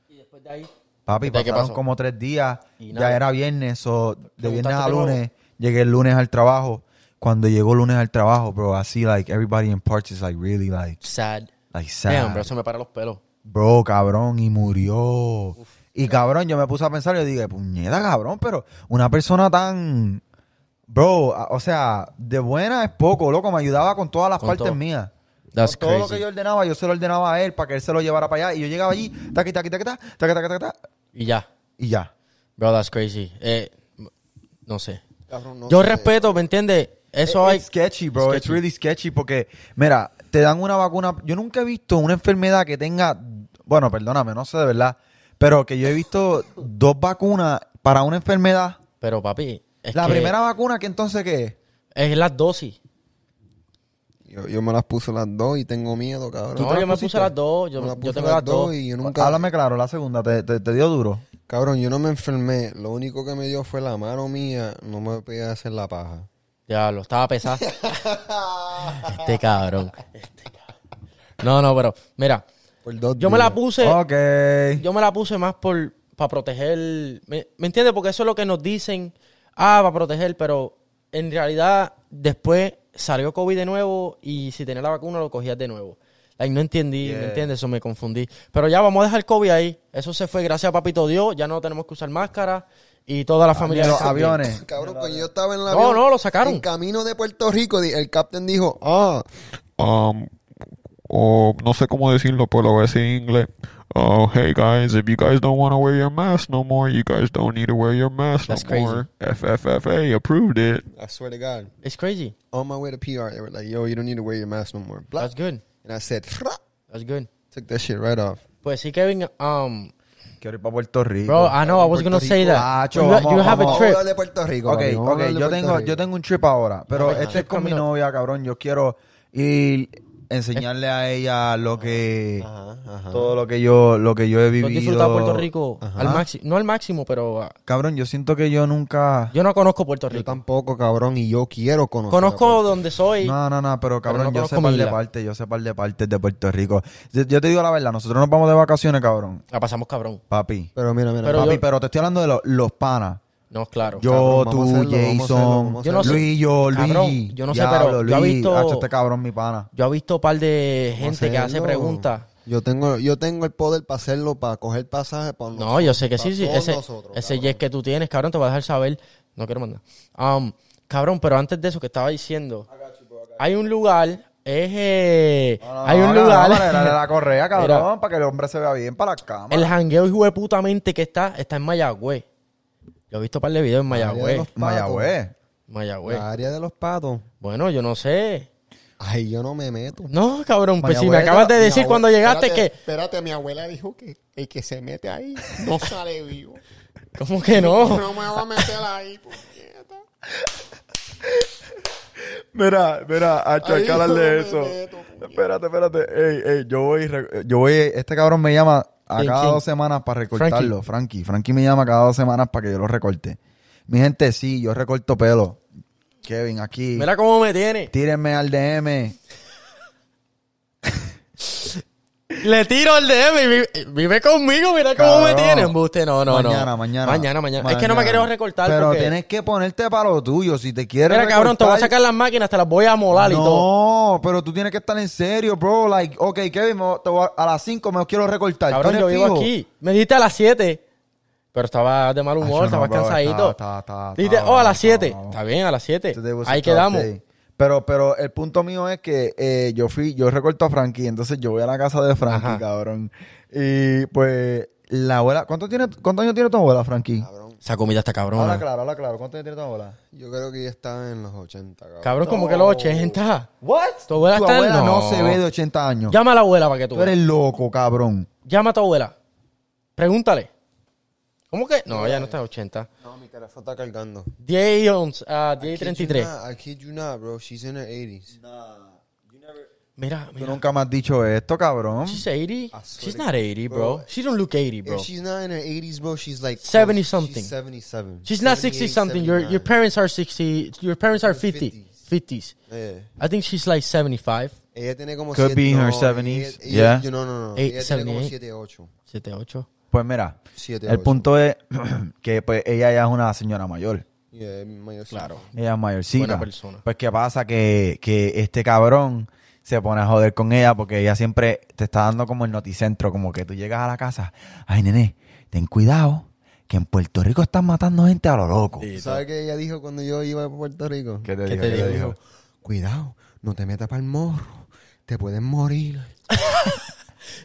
A: Y después de ahí,
B: Papi,
A: ¿De qué
B: pasaron
A: pasó?
B: como tres días.
A: Y
B: Ya
A: nada.
B: era viernes, o de viernes a
A: Preguntaste de
B: lunes. Llegué el lunes al trabajo. Cuando llegó el lunes al trabajo, bro, así, like, everybody in parts is, like, really, like,
A: sad.
B: like, sad.
A: Damn, bro, se me paran los pelos.
B: Bro, cabrón, y murió. y cabrón, yo me puse a pensar, yo dije, puñeta, cabrón, pero una persona tan. Bro, a- o sea, de buena es poco, loco, me ayudaba con todas las
A: Con
B: partes
A: todo.
B: mías.
A: That's
B: Con todo lo que yo ordenaba, yo se lo ordenaba a él para que él se lo llevara para allá. Y yo llegaba allí, taqui, taqui, taqui, taqui, taqui, taqui, taqui,
A: Y ya.
B: y ya.
A: Bro, that's crazy. Eh, no sé.
C: Cabrón, no
A: Yo
C: sé.
A: respeto, ¿me entiendes? Eso
B: Es
A: hay.
B: sketchy, bro. Eh, It's
A: Sketchy.
B: really sketchy porque, mira, te dan una vacuna. Yo nunca he visto una enfermedad que tenga. Bueno, perdóname, no sé de verdad. Pero que yo he visto dos vacunas para una enfermedad.
A: Pero papi, es
B: la
A: que
B: primera vacuna, que entonces qué es?
A: es las dosis.
C: Yo, yo me las puse las dos y tengo miedo, cabrón.
A: No, yo me puse las dos. Yo,
C: Me las
A: yo
C: puse
A: tengo las dos. Pues,
C: y yo nunca...
B: Háblame claro, la segunda, te, te- te dio duro.
C: Cabrón, yo no me enfermé. Lo único que me dio fue la mano mía. No me podía hacer la paja.
A: Ya, lo estaba pesado. este cabrón. Este cabrón. No, no, pero mira,
C: Por dos
A: yo me
C: días.
A: la puse.
B: Ok.
A: Yo me la puse más por para proteger. ¿Me, me entiendes? Porque eso es lo que nos dicen. Ah, para proteger, pero en realidad después salió COVID de nuevo y si tenías la vacuna lo cogías de nuevo. Like, no entendí, ¿me
B: Yeah.
A: entiendes? Eso me confundí. Pero ya vamos a dejar COVID ahí. Eso se fue gracias a Papito Dios. Ya no tenemos que usar máscara y toda la familia.
B: Los
A: está bien.
B: Ah, aviones.
C: Cabrón, pues yo estaba en la.
A: No, no, lo sacaron.
C: En camino de Puerto Rico, di- el captain dijo, ah,
D: um, or no sé cómo decirlo, pero lo voy a decir en inglés. Oh, hey guys, if you guys don't want to wear your mask no more, you guys don't need to wear your mask
A: That's
D: no
A: crazy.
D: more. FFFA approved it.
C: I swear to God,
A: It's crazy.
C: on my way to PR, they were like, yo, you don't need to wear your mask no more. Blah.
A: That's good.
C: And I said, "Fra."
A: That's good.
C: took that shit right off.
A: Pues sí, Kevin. Um,
B: Quiero ir para Puerto Rico.
A: bro, I know I was gonna say that.
B: Puerto Rico. Acho,
A: you,
B: vamos,
A: you have
B: vamos.
A: a trip.
C: Vamos a hablar de Puerto Rico.
B: Ok,
C: papi, vamos a
B: ok,
C: hablar de
B: yo
C: Puerto
B: tengo,
C: Rico.
B: yo tengo un trip ahora, pero
A: Ok,
B: este es con mi
A: camino.
B: novia, cabrón. Yo quiero ir enseñarle a ella lo
A: Eh,
B: que
C: Ajá, ajá.
B: todo lo que yo lo que yo he
A: Yo
B: vivido.
A: he disfrutado Puerto Rico
B: Ajá.
A: al máximo. No al máximo, pero ah,
B: Cabrón, yo siento que yo nunca
A: yo no conozco Puerto
C: Yo
A: Rico.
C: tampoco, cabrón, y yo quiero conocer. a
A: Conozco
C: Puerto-
A: donde soy.
B: No, no, no, pero cabrón,
A: no
B: yo sé
A: conozco
B: par
A: mi
B: de
A: isla.
B: partes, yo sé par de partes de Puerto Rico. Yo, yo te digo la verdad, nosotros nos vamos de vacaciones, cabrón.
A: La pasamos cabrón.
B: Papi.
C: Pero mira, mira.
A: Pero
C: papi,
B: papi,
A: yo-
B: pero te estoy hablando de los, los panas.
A: No, claro.
B: Yo,
C: Cabrón,
B: tú,
C: vamos a hacerlo, vamos a hacerlo,
B: Jason,
C: vamos a Yo no
A: hacerlo. sé.
B: Luis, yo, Luis.
A: Cabrón, yo no sé, pero yo he visto-
B: Hacho, este cabrón, mi pana.
A: Yo he visto un par de
C: vamos a
A: gente que hace
C: hacerlo.
A: preguntas.
C: Yo tengo, yo tengo el poder para hacerlo, para coger pasaje para
A: No, yo sé que sí, sí.
C: todos
A: Ese,
C: nosotros,
A: ese
C: cabrón.
A: jet que tú tienes, cabrón, te va a dejar saber. No quiero mandar. Um, cabrón, pero antes de eso que estaba diciendo, hay un lugar, es, eh,
B: No, no,
A: hay un
B: no,
A: lugar.
B: no, dale, dale la correa, cabrón,
A: Mira.
B: para que el hombre se vea bien para la cama.
A: El jangueo hijo de putamente que está, está en Mayagüez. Yo he visto un par de videos en
C: área de
A: Mayagüez.
C: los-
B: Mayagüez.
A: Mayagüez.
C: La área de los patos.
A: Bueno, yo no sé.
C: Ay, yo no me meto.
A: No, cabrón, pues
C: Mi
A: si me
C: abuela-
A: acabas de
C: mi
A: decir
C: abue-
A: cuando llegaste
E: espérate, Espérate, mi abuela dijo que el que se mete ahí no sale vivo.
A: que. ¿Cómo que
E: Yo
A: no?
E: no me voy a meter ahí, puñeta.
B: Mira, mira, Hacho, hay que hablar de
E: Ay,
B: eso.
E: me meto, puñeta.
B: Espérate, espérate. Ey, ey, yo voy, re- yo voy, este cabrón me llama a
A: ¿Quién,
B: cada
A: quién?
B: dos semanas para recortarlo, Frankie. Frankie me llama cada dos semanas para que yo lo recorte. Mi gente, sí, yo recorto pelo. Kevin, aquí.
A: Mira cómo me tiene.
B: Tírenme al DM.
A: Le tiro el DM y vi- vive, conmigo. Mira cómo me
B: Cabrón.
A: tiene. Embuste, no, no, no.
B: mañana, Mañana,
A: Mañana, mañana. Es que no me quiero recortar
B: Pero
A: porque...
B: tienes que ponerte para lo tuyo. Si te quieres
A: Mira, cabrón, te voy a
B: recortar,
A: sacar las máquinas, te las voy a molar y todo.
B: No, pero tú tienes que estar en serio, bro. Like, ok, Kevin, me- te voy a, a las 5 me quiero recortar.
A: Cabrón,
B: ¿Tú
A: yo
B: eres
A: vivo
B: fijo?
A: aquí. Me diste a las 7. Pero estaba de mal humor,
B: Ay, yo no,
A: estaba
B: bro,
A: cansadito.
B: está- está- está
A: Dijiste,
B: bravo,
A: oh, a las
B: está
A: 7.
B: bravo.
A: Está bien, a las 7.
B: Today was a
A: Ahí
B: tough
A: quedamos.
B: day. Pero, pero el punto mío es que eh, yo fui, yo recorto a Frankie, entonces yo voy a la casa de Frankie,
A: Ajá.
B: cabrón. Y pues, la abuela, ¿cuánto, tiene, ¿cuánto años tiene tu abuela, Frankie?
A: Esa comida está
B: Habla
A: cabrona.
B: claro, habla claro. ¿Cuánto años tiene tu abuela?
C: Yo creo que ya estaba en los 80, cabrón.
A: Cabrón, como que los 80.
B: ¿What?
A: Tu abuela está en-
B: no.
A: no.
B: se ve de 80 años.
A: Llama a la abuela para que tú
B: Tú
A: veas.
B: eres loco, cabrón.
A: Llama a tu abuela. Pregúntale. ¿Cómo que? No, ella no está en 80.
C: No, mi teléfono está cargando.
A: 10 y 11, ah, 10 y
C: Kid you
A: 33.
C: not, I kid you not, bro. She's in her 80s.
A: Mira,
B: Tú
A: mira.
B: nunca me has dicho esto, cabrón.
A: She's 80.
C: I swear
A: She's
C: to
A: not 80, Ah, bro.
C: Bro.
A: She don't look 80, bro.
C: If she's not in her 80s, bro, she's like
A: 70
C: she's
A: something.
C: 77.
A: She's not 60
C: 78,
A: something. Your your
C: 79.
A: parents are 60. Your parents are 50. 50s.
C: Yeah.
A: I think she's like 75.
C: Ella tiene como
B: Could
C: siete-
B: be in her
C: no,
B: 70s,
C: ella- ella-
B: yeah.
C: No, no, no.
A: Eight-
C: ella tiene como
A: 78. 7,
C: 7, 8.
A: 8.
B: Pues mira,
C: 7,
B: el punto es que pues ella ya es una señora mayor.
C: Yeah, mayor
A: Claro.
B: Ella es mayorcita.
A: Buena persona.
B: Pues qué pasa que, que este cabrón se pone a joder con ella porque ella siempre te está dando como el noticentro, como que tú llegas a la casa, ay nene, ten cuidado, que en Puerto Rico están matando gente a lo loco.
C: ¿Tú ¿Sabes qué ella dijo cuando yo iba a Puerto Rico?
B: ¿Qué te
A: ¿Qué
B: dijo?
A: te
B: ¿Qué te
A: dijo?
B: dijo?
C: Cuidado, no te metas para el morro. Te pueden morir.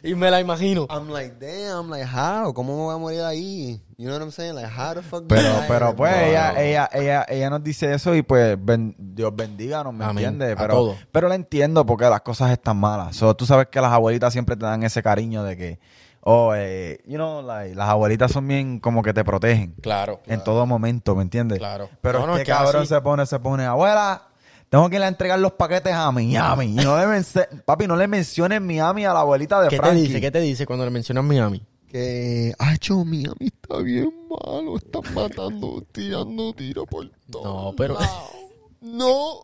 A: Y me la imagino.
C: I'm like, damn, like, how? ¿Cómo me voy a morir ahí? You know what I'm saying? Like, how the fuck did
B: Pero,
C: I-
B: pero pues
C: Bro.
B: ella, ella, ella, ella nos dice eso y pues ben- Dios bendiga, ¿me
A: Amén.
B: entiendes?
A: A
B: Pero,
A: todos.
B: pero la entiendo porque las cosas están malas. So, tú sabes que las abuelitas siempre te dan ese cariño de que, oh, eh, you know, like, las abuelitas son bien como que te protegen
A: Claro.
B: en todo momento, ¿me entiendes?
A: Claro.
B: Pero
A: No, no,
B: este
A: es que
B: cabrón
A: así-
B: se pone, se pone, abuela, tengo que ir a entregar los paquetes a Miami. Y no le menc- papi, no le menciones Miami a la abuelita de
A: ¿Qué te
B: Frankie.
A: dice? ¿Qué te dice cuando le mencionas Miami?
D: Que, ay, yo, Miami está bien malo. Están matando, tirando tiros por todo.
A: No, pero-
D: No,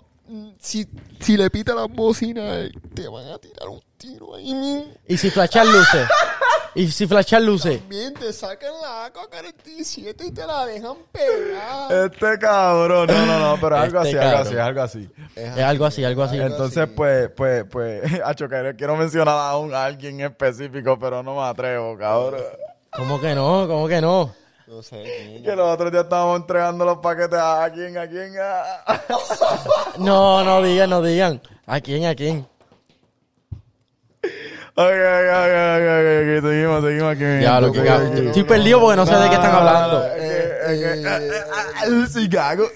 D: si, si le pita las bocinas, eh, te van a tirar un tiro ahí mismo.
A: Y si flashar luces. y si flashar luces.
D: Bien, te sacan la AK-47 y te la dejan
A: Eh,
D: pegar.
B: Este cabrón, no, no, no, pero algo
A: Este
B: así, algo
A: cabrón.
B: así, algo así.
A: Es algo así, algo así.
B: Entonces, pues, pues, pues, acho, que quiero mencionar a, un, a alguien específico, pero no me atrevo, cabrón.
A: ¿Cómo que no? ¿Cómo que no?
C: No sé, niño.
B: Que los otros días estábamos entregando los paquetes a, a quién, a quién, a...
A: No, no digan, no digan. ¿A quién, a quién?
B: Ok, ok, ok, ok, ok, seguimos, seguimos aquí. Ah,
A: Ya, lo que cabrón. Estoy perdido porque no sé de qué están hablando.
B: eh, Chicago,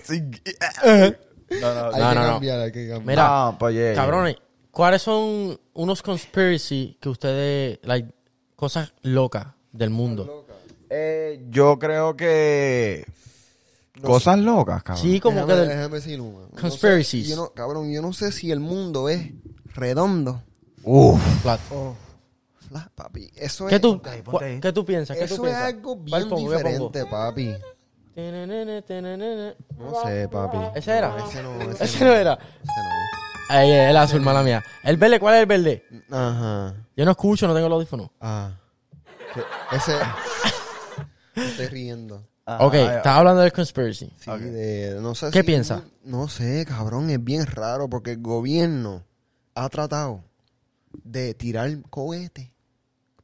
B: No, no,
A: No,
C: Hay que
A: no, no.
C: cambiar, hay que cambiar.
A: Mira,
B: Ah, pues, yeah, yeah.
A: cabrones, ¿cuáles son unos conspiracy que ustedes, like, cosas locas del mundo?
B: Eh, yo creo que... Cosas locas, cabrón.
A: Sí, como que
C: Déjame,
A: del...
C: déjame decirlo, man. No sé,
A: Conspiracies.
C: yo no- cabrón, yo no sé si el mundo es redondo
B: Uf.
A: Flat.
C: o flat, papi. Eso
A: ¿Qué
C: es,
A: tú,
B: ahí, ponte
A: cua-
B: ahí.
A: ¿Qué tú piensas? ¿Qué tú
C: eso es
A: piensas?
C: algo bien
A: ¿Cuál pongo? ¿Qué pongo?
C: diferente, papi.
A: Tenenene, tenenene.
C: No sé, papi. Ese
A: ¿Ese era?
C: No, ese no, ese
A: Ese no era. Ahí es, el azul, mala mía. ¿El verde? ¿Cuál es el verde?
C: no. Ajá.
A: Yo no escucho, no tengo el audífono.
C: Ah. ¿Qué? Ese. Me estoy riendo.
A: ok, estás hablando del conspiracy.
C: Sí, de- no sé
A: ¿Qué
C: si-
A: piensa?
C: No sé, cabrón, es bien raro porque el gobierno ha tratado de tirar cohetes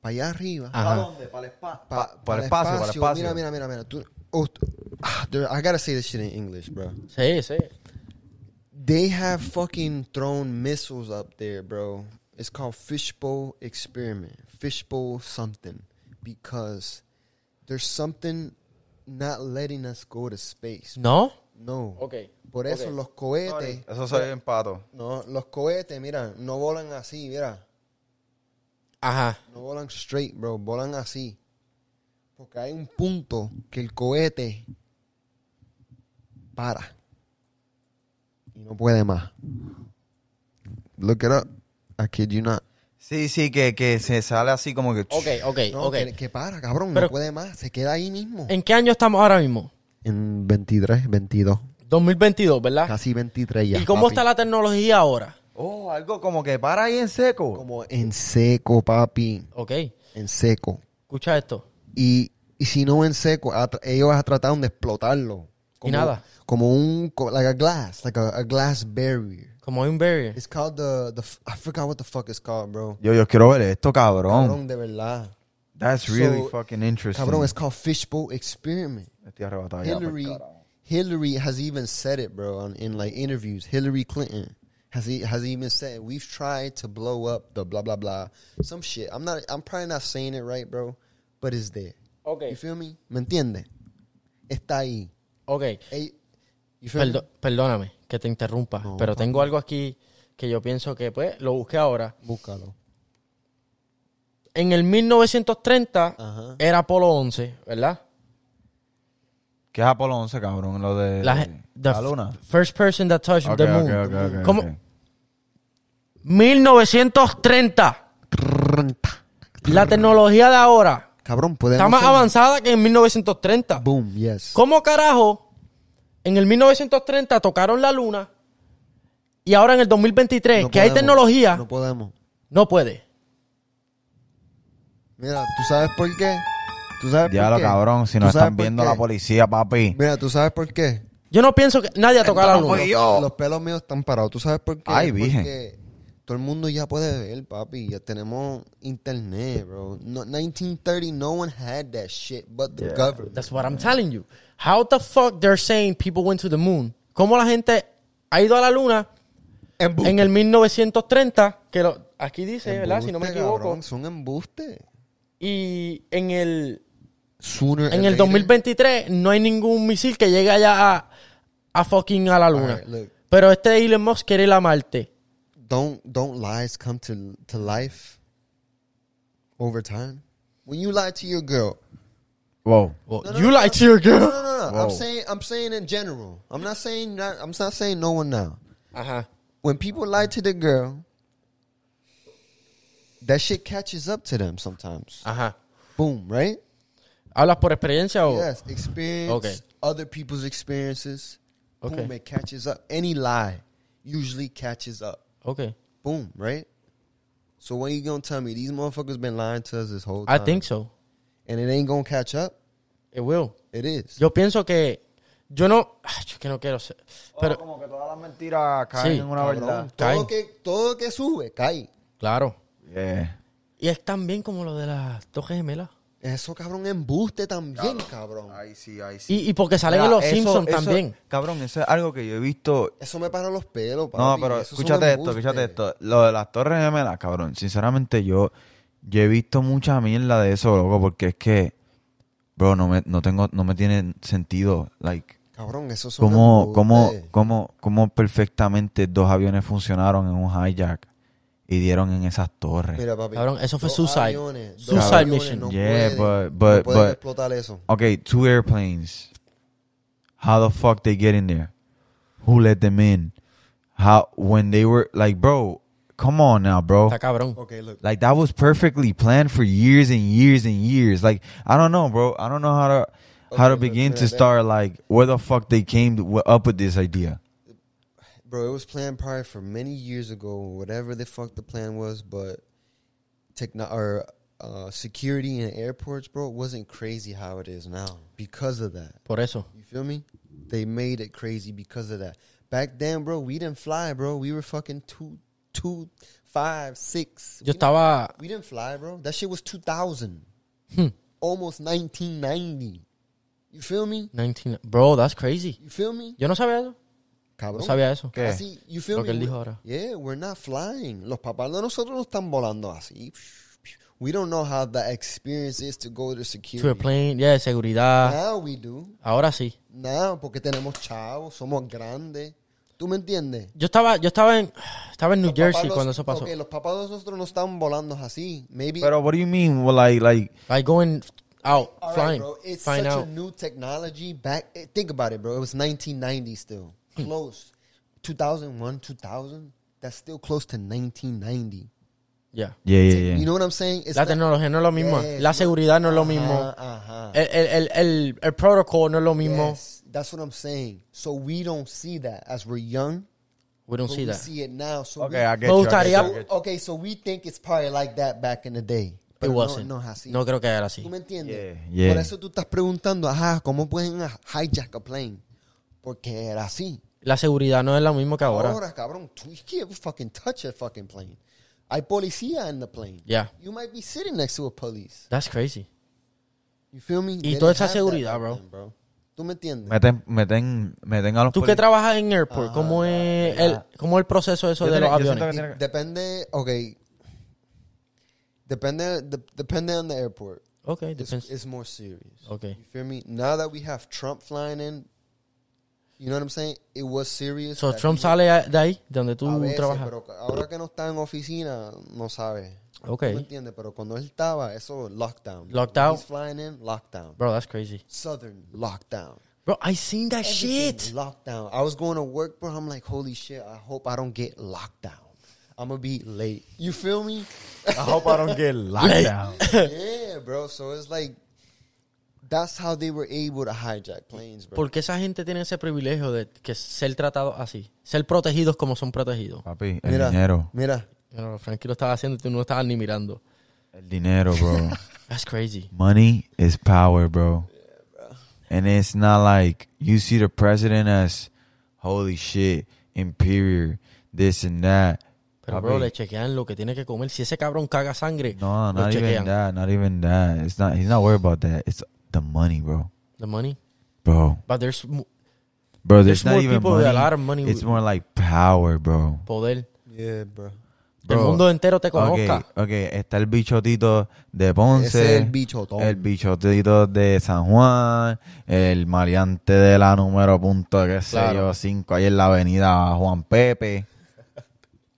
C: para allá arriba.
A: Ajá.
C: Pa-
B: para el Ah, espacio, para el espacio.
C: Mira, mira, mira, mira. Tú, oh, tú- ah, dude, I gotta say this shit in English, bro.
A: Sí, sí.
C: They have fucking thrown missiles up there, bro. It's called fishbowl experiment, fishbowl something, because there's something not letting us go to space.
A: ¿No?
C: No.
A: Ok.
C: Por eso los cohetes,
B: Eso soy bien pato.
C: no, los cohetes, mira, no volan así, mira.
A: Ajá.
C: No volan straight, bro. Volan así. Porque hay un punto que el cohete para. Y no puede más. Look it up. I kid you not.
B: Sí, sí, que, que se sale así como que...
A: Ok, ok,
C: No,
A: ok.
C: que, que para, cabrón.
A: Pero- Eh.
C: no puede más. Se queda ahí mismo.
A: ¿En qué año estamos ahora mismo?
C: En 23, 22.
A: 2022, ¿verdad?
C: Casi 23 ya.
A: Ah. ¿Y cómo está la tecnología ahora?
B: Oh, algo como que para ahí en seco.
C: Como en seco, papi.
A: Ok,
C: En seco.
A: escucha esto.
C: Y, y si no en seco, a- ellos trataron de explotarlo. Como,
A: nada.
C: Como un, co- like a glass, like a, a glass barrier.
A: Como hay un barrier.
C: It's called the, the, f- I forgot what the fuck it's called, bro.
B: Yo, yo quiero ver esto, cabrón.
C: Cabrón, de verdad.
B: That's really
C: So,
B: fucking interesting.
C: Cabrón, it's called fishbowl experiment.
B: Estoy
A: Oh,
B: arrebatado ya, pues,
C: Hillary,
B: por carajo.
C: Hillary has even said it, bro, on, in like interviews. Hillary Clinton has e- has even said we've tried to blow up the blah blah blah, some shit. I'm not, I'm probably not saying it right, bro, but it's there.
A: Okay.
C: you feel me? ¿Me entiende? Está ahí.
A: Ok,
C: Ey, you feel me?
A: Perdo- perdóname que te interrumpa, pero tengo algo aquí que yo pienso que, pues, lo busqué ahora.
C: Búscalo.
A: En el 1930
C: Ajá.
A: era Apolo 11, ¿verdad?
B: ¿Qué es Apolo 11, cabrón? Lo de
A: La,
B: de-
A: ge- the
B: Eh, la luna.
A: f- First person that touched
B: Ok,
A: the moon.
B: ok, ok, ok,
A: ¿Cómo?
B: ok.
A: 1930. La tecnología de ahora
C: Cabrón, podemos.
A: está más
C: ser-
A: avanzada que en 1930.
C: Boom, yes.
A: ¿Cómo carajo en el 1930 tocaron la luna y ahora en el 2023
C: No
A: que hay
C: podemos,
A: tecnología
C: No
A: no,
C: podemos.
A: puede?
C: Mira, ¿tú sabes por qué? ¿Tú sabes
B: Ya
C: por
B: lo
C: qué?
B: cabrón, si
C: ¿Tú
B: nos
C: sabes
B: están
C: por
B: viendo
C: qué?
B: la policía, papi.
C: Mira, ¿tú sabes por qué?
A: Yo no pienso que nadie ha tocado la luna.
B: fui yo.
C: Los pelos míos están parados. ¿Tú sabes por qué?
B: Ay, virgen.
C: Porque todo el mundo ya puede ver, papi. Ya tenemos internet, bro. No, 1930, no one had that shit but the government.
A: That's what I'm telling you. How the fuck they're saying people went to the moon? ¿Cómo la gente ha ido a la luna en el 1930 que lo- Aquí dice, ¿verdad? Si no me
C: Embuste,
A: equivoco.
C: cabrón, son embuste.
A: Y en el,
C: Sooner
A: en el 2023 no hay ningún misil que llegue allá a, a fucking a la luna.
C: Alright, look.
A: Pero este Elon Musk quiere ir a Marte.
C: Don't don't lies come to to life over time? When you lie to your girl.
B: Wow.
C: No, no,
A: Oh, you
C: no,
A: like to your
C: No,
A: girl.
C: no, no. no.
B: Whoa.
C: I'm saying I'm saying in general. I'm not saying not, I'm not saying no one now.
A: Ajá.
C: When people lie to the girl, that shit catches up to them sometimes.
A: Ajá.
C: Boom, right?
A: ¿Hablas por experiencia o...?
C: Yes, experience
A: Oh. Okay.
C: other people's experiences.
A: Okay.
C: Boom, it catches up. Any lie usually catches up.
A: Ok.
C: Boom, right? So when you gonna tell me these motherfuckers been lying to us this whole
A: I
C: time?
A: think so.
C: and it ain't gonna catch up.
A: It will.
C: It is.
A: Yo pienso que... Yo no... Ay, yo que no quiero ser... Pero...
B: como que todas las mentiras caen
A: Sí,
B: en una verdad.
A: cae.
C: Todo que todo que sube cae.
A: Claro.
B: Yeah.
A: Y es tan bien como lo de las dos gemelas.
C: Eso cabrón embuste también, cabrón.
B: Ahí sí, ahí sí.
A: Y, y porque salen en
B: Mira,
A: Los
B: eso-
A: Simpsons
B: eso-
A: también.
B: Cabrón, eso es algo que yo he visto.
C: Eso me para los pelos,
B: No,
C: papi.
B: pero
C: Eso es un
B: escúchate esto,
C: embuste.
B: escúchate esto. Lo de las torres gemelas, cabrón. Sinceramente, yo, yo he visto mucha mierda de eso, loco, porque es que, bro, no me, no tengo, no me tiene sentido, like,
C: Cabrón, eso son
B: cómo, cómo,
C: embustes.
B: cómo, cómo perfectamente dos aviones funcionaron en un hijack y dieron en esas torres.
C: Mira, papi.
A: Cabrón, eso fue
C: dos
A: suicide.
C: aviones, dos
A: Suicide
C: aviones
A: mission.
C: No
B: Yeah, but-
C: pueden,
B: but-
C: no pueden
B: but-
C: explotar eso.
B: Okay, two airplanes. How the fuck they get in there? Who let them in? How when they were like, bro, come on now, bro.
A: Está cabrón.
C: Okay, look.
B: Like that was perfectly planned for years and years and years. Like I don't know, bro. I don't know how to how to
C: Okay, look,
B: begin
C: mira,
B: to start like where the fuck they came to, wh- up with this idea.
C: Bro, it was planned probably for many years ago, whatever the fuck the plan was, but techno or uh, security in airports, bro, wasn't crazy how it is now because of that.
A: Por eso.
C: You feel me? They made it crazy because of that. Back then, bro, we didn't fly, bro. We were fucking two, two, five, six.
A: Yo
C: we, didn't,
A: estaba...
C: we didn't fly, bro. That shit was 2000,
A: Hmm.
C: almost 1990. You feel me?
A: 19... Bro, that's crazy.
C: You feel me?
A: Yo no sabía eso.
C: Cabrón.
A: No sabía eso.
B: ¿Qué?
C: Así, you feel
A: Lo
C: me?
A: que él
C: We-
A: dijo ahora.
C: Yeah, we're not flying. Los papás de nosotros no están volando así. We don't know how the experience is to go to
A: To a
C: security.
A: plane. Yeah, seguridad.
C: Now we do.
A: Ahora sí.
C: Now, porque tenemos chavos, somos grandes. ¿Tú me entiendes?
A: Yo estaba, yo estaba en, estaba en New
C: Los
A: Jersey
C: papás
A: cuando
C: los-
A: eso pasó.
C: ok, los papás de nosotros no están volando así. Maybe.
B: But what do you mean? Well, like like
A: Like going out,
C: All right,
A: flying,
C: bro. It's
A: flying
C: such
A: out.
C: a new technology. Back, eh, think about it, bro. It was 1990 still,
A: Hmm.
C: close. 2001, 2000. That's still close to 1990.
A: Yeah.
B: yeah yeah
C: You
B: yeah.
C: know what I'm saying? It's
A: La
C: not-
A: tecnología no es lo mismo.
C: Yes,
A: la
C: no.
A: seguridad no es lo
C: Ajá,
A: mismo.
C: ajá.
A: El, el, el, el, el protocol no es lo mismo.
C: uh-huh. Yes, that's what I'm saying. So we don't see that as we're young.
A: We don't
C: But
A: see
C: we
A: that.
C: see it now. So
B: Okay,
C: we,
B: I
A: Me
B: get you. I
A: gustaría-
B: get you, I
C: So,
B: get you.
C: okay, so we think it's probably like that back in the day.
A: It
C: Pero
A: wasn't.
C: No,
A: No,
C: no es así.
A: creo que era así.
C: ¿Tú me entiendes?
B: Yeah, yeah.
C: Por eso tú estás preguntando, ajá, ¿cómo pueden ah, hijack a plane? Porque era así.
A: La seguridad no es lo mismo que ahora.
C: Ahora, cabrón, tú, you can't fucking touch a fucking plane. Hay policía in the plane.
A: Yeah.
C: You might be sitting next to a police.
A: That's crazy.
C: You feel me?
A: Y
C: They
A: toda
C: didn't
A: esa
C: have that
A: seguridad,
C: back
A: bro.
C: then, bro. ¿Tú me entiendes?
B: Meten meten meten a los.
A: Tú que
B: poli-
A: trabajas en
C: Ah,
A: airport, ¿cómo es, el, ¿cómo es el proceso eso
B: Yo
A: de
B: tenía-
A: los
B: yo siento
A: aviones?
B: que tiene que-
C: Depende, okay. Depende, de- depende on the airport.
A: Ok,
C: It's,
A: depends.
C: it's more serious.
A: Okay.
C: You feel me? Now that we have Trump flying in, you know what I'm saying? It was serious.
A: So,
C: that
A: Trump
C: he-
A: sale de ahí, de donde tú
C: a veces,
A: trabajas.
C: pero ahora que no está en oficina, no sabe.
A: Ok.
C: No entiende, pero cuando él estaba, eso lockdown.
A: Lockdown.
C: He's flying in, lockdown.
A: Bro, that's crazy.
C: Southern lockdown.
A: Bro, I seen that
C: Everything
A: shit.
C: locked down. I was going to work, bro. I'm like, holy shit. I hope I don't get locked down. I'm gonna be late. You feel me?
B: I hope I don't get locked down.
C: yeah, bro. So it's like that's how they were able to hijack planes, bro.
A: ¿Por qué esa gente tiene ese privilegio de que ser tratados así? Ser protegidos como son protegidos.
B: Papi, el dinero,
C: mira.
A: Bueno, Frankie lo estaba haciendo y tú no estabas ni mirando.
B: el dinero, bro.
A: That's crazy.
B: Money is power, bro. And it's not like you see the president as holy shit, imperior, this and that.
A: Pero, bro, le chequean lo que tiene que comer. Si ese cabrón caga sangre,
B: no,
A: lo
B: not even
A: chequean.
B: that. Not even that. It's not. He's not worried about that. It's the money, bro.
A: The money.
B: Bro,
A: But there's mo-
B: bro.
A: There's
B: There's, not
A: more
B: even
A: people
B: money.
A: with a lot of money
B: It's
A: with-
B: more like power, bro.
A: poder.
C: Yeah, bro.
A: el mundo entero te conozca.
B: Ok, ok, está el bichotito de Ponce.
C: Ese es el bichotón.
B: El bichotito de San Juan. El maleante de la número punto, qué sé
A: Claro.
B: yo, 5, ahí en la avenida Juan Pepe.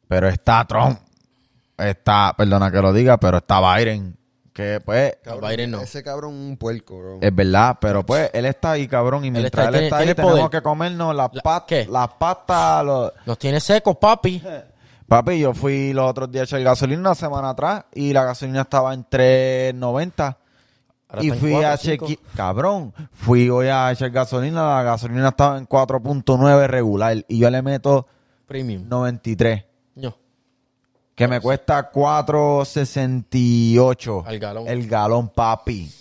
B: Pero está Trump. Está, perdona que lo diga, pero está Biden. Que pues,
A: Cabrón, Biden no.
C: Ese cabrón un puerco, bro.
B: es verdad, pero pues él está ahí, cabrón. Y mientras
A: está-
B: él
A: tiene-
B: está ahí,
A: tiene
B: tenemos
A: poder.
B: que comernos las
A: La-
B: patas.
A: ¿qué?
B: Las patas, los.
A: Nos tiene secos, papi.
B: Papi, yo fui los otros días a echar gasolina una semana atrás y la gasolina estaba en 3.90.
A: Ahora
B: Y
A: está en
B: fui a
A: 4,
B: chequear, cabrón, fui hoy a echar gasolina, la gasolina estaba en 4.9 regular y yo le meto
A: Premium.
B: 93,
A: No.
B: que me cuesta 4.68
A: Al galón.
B: El galón, papi.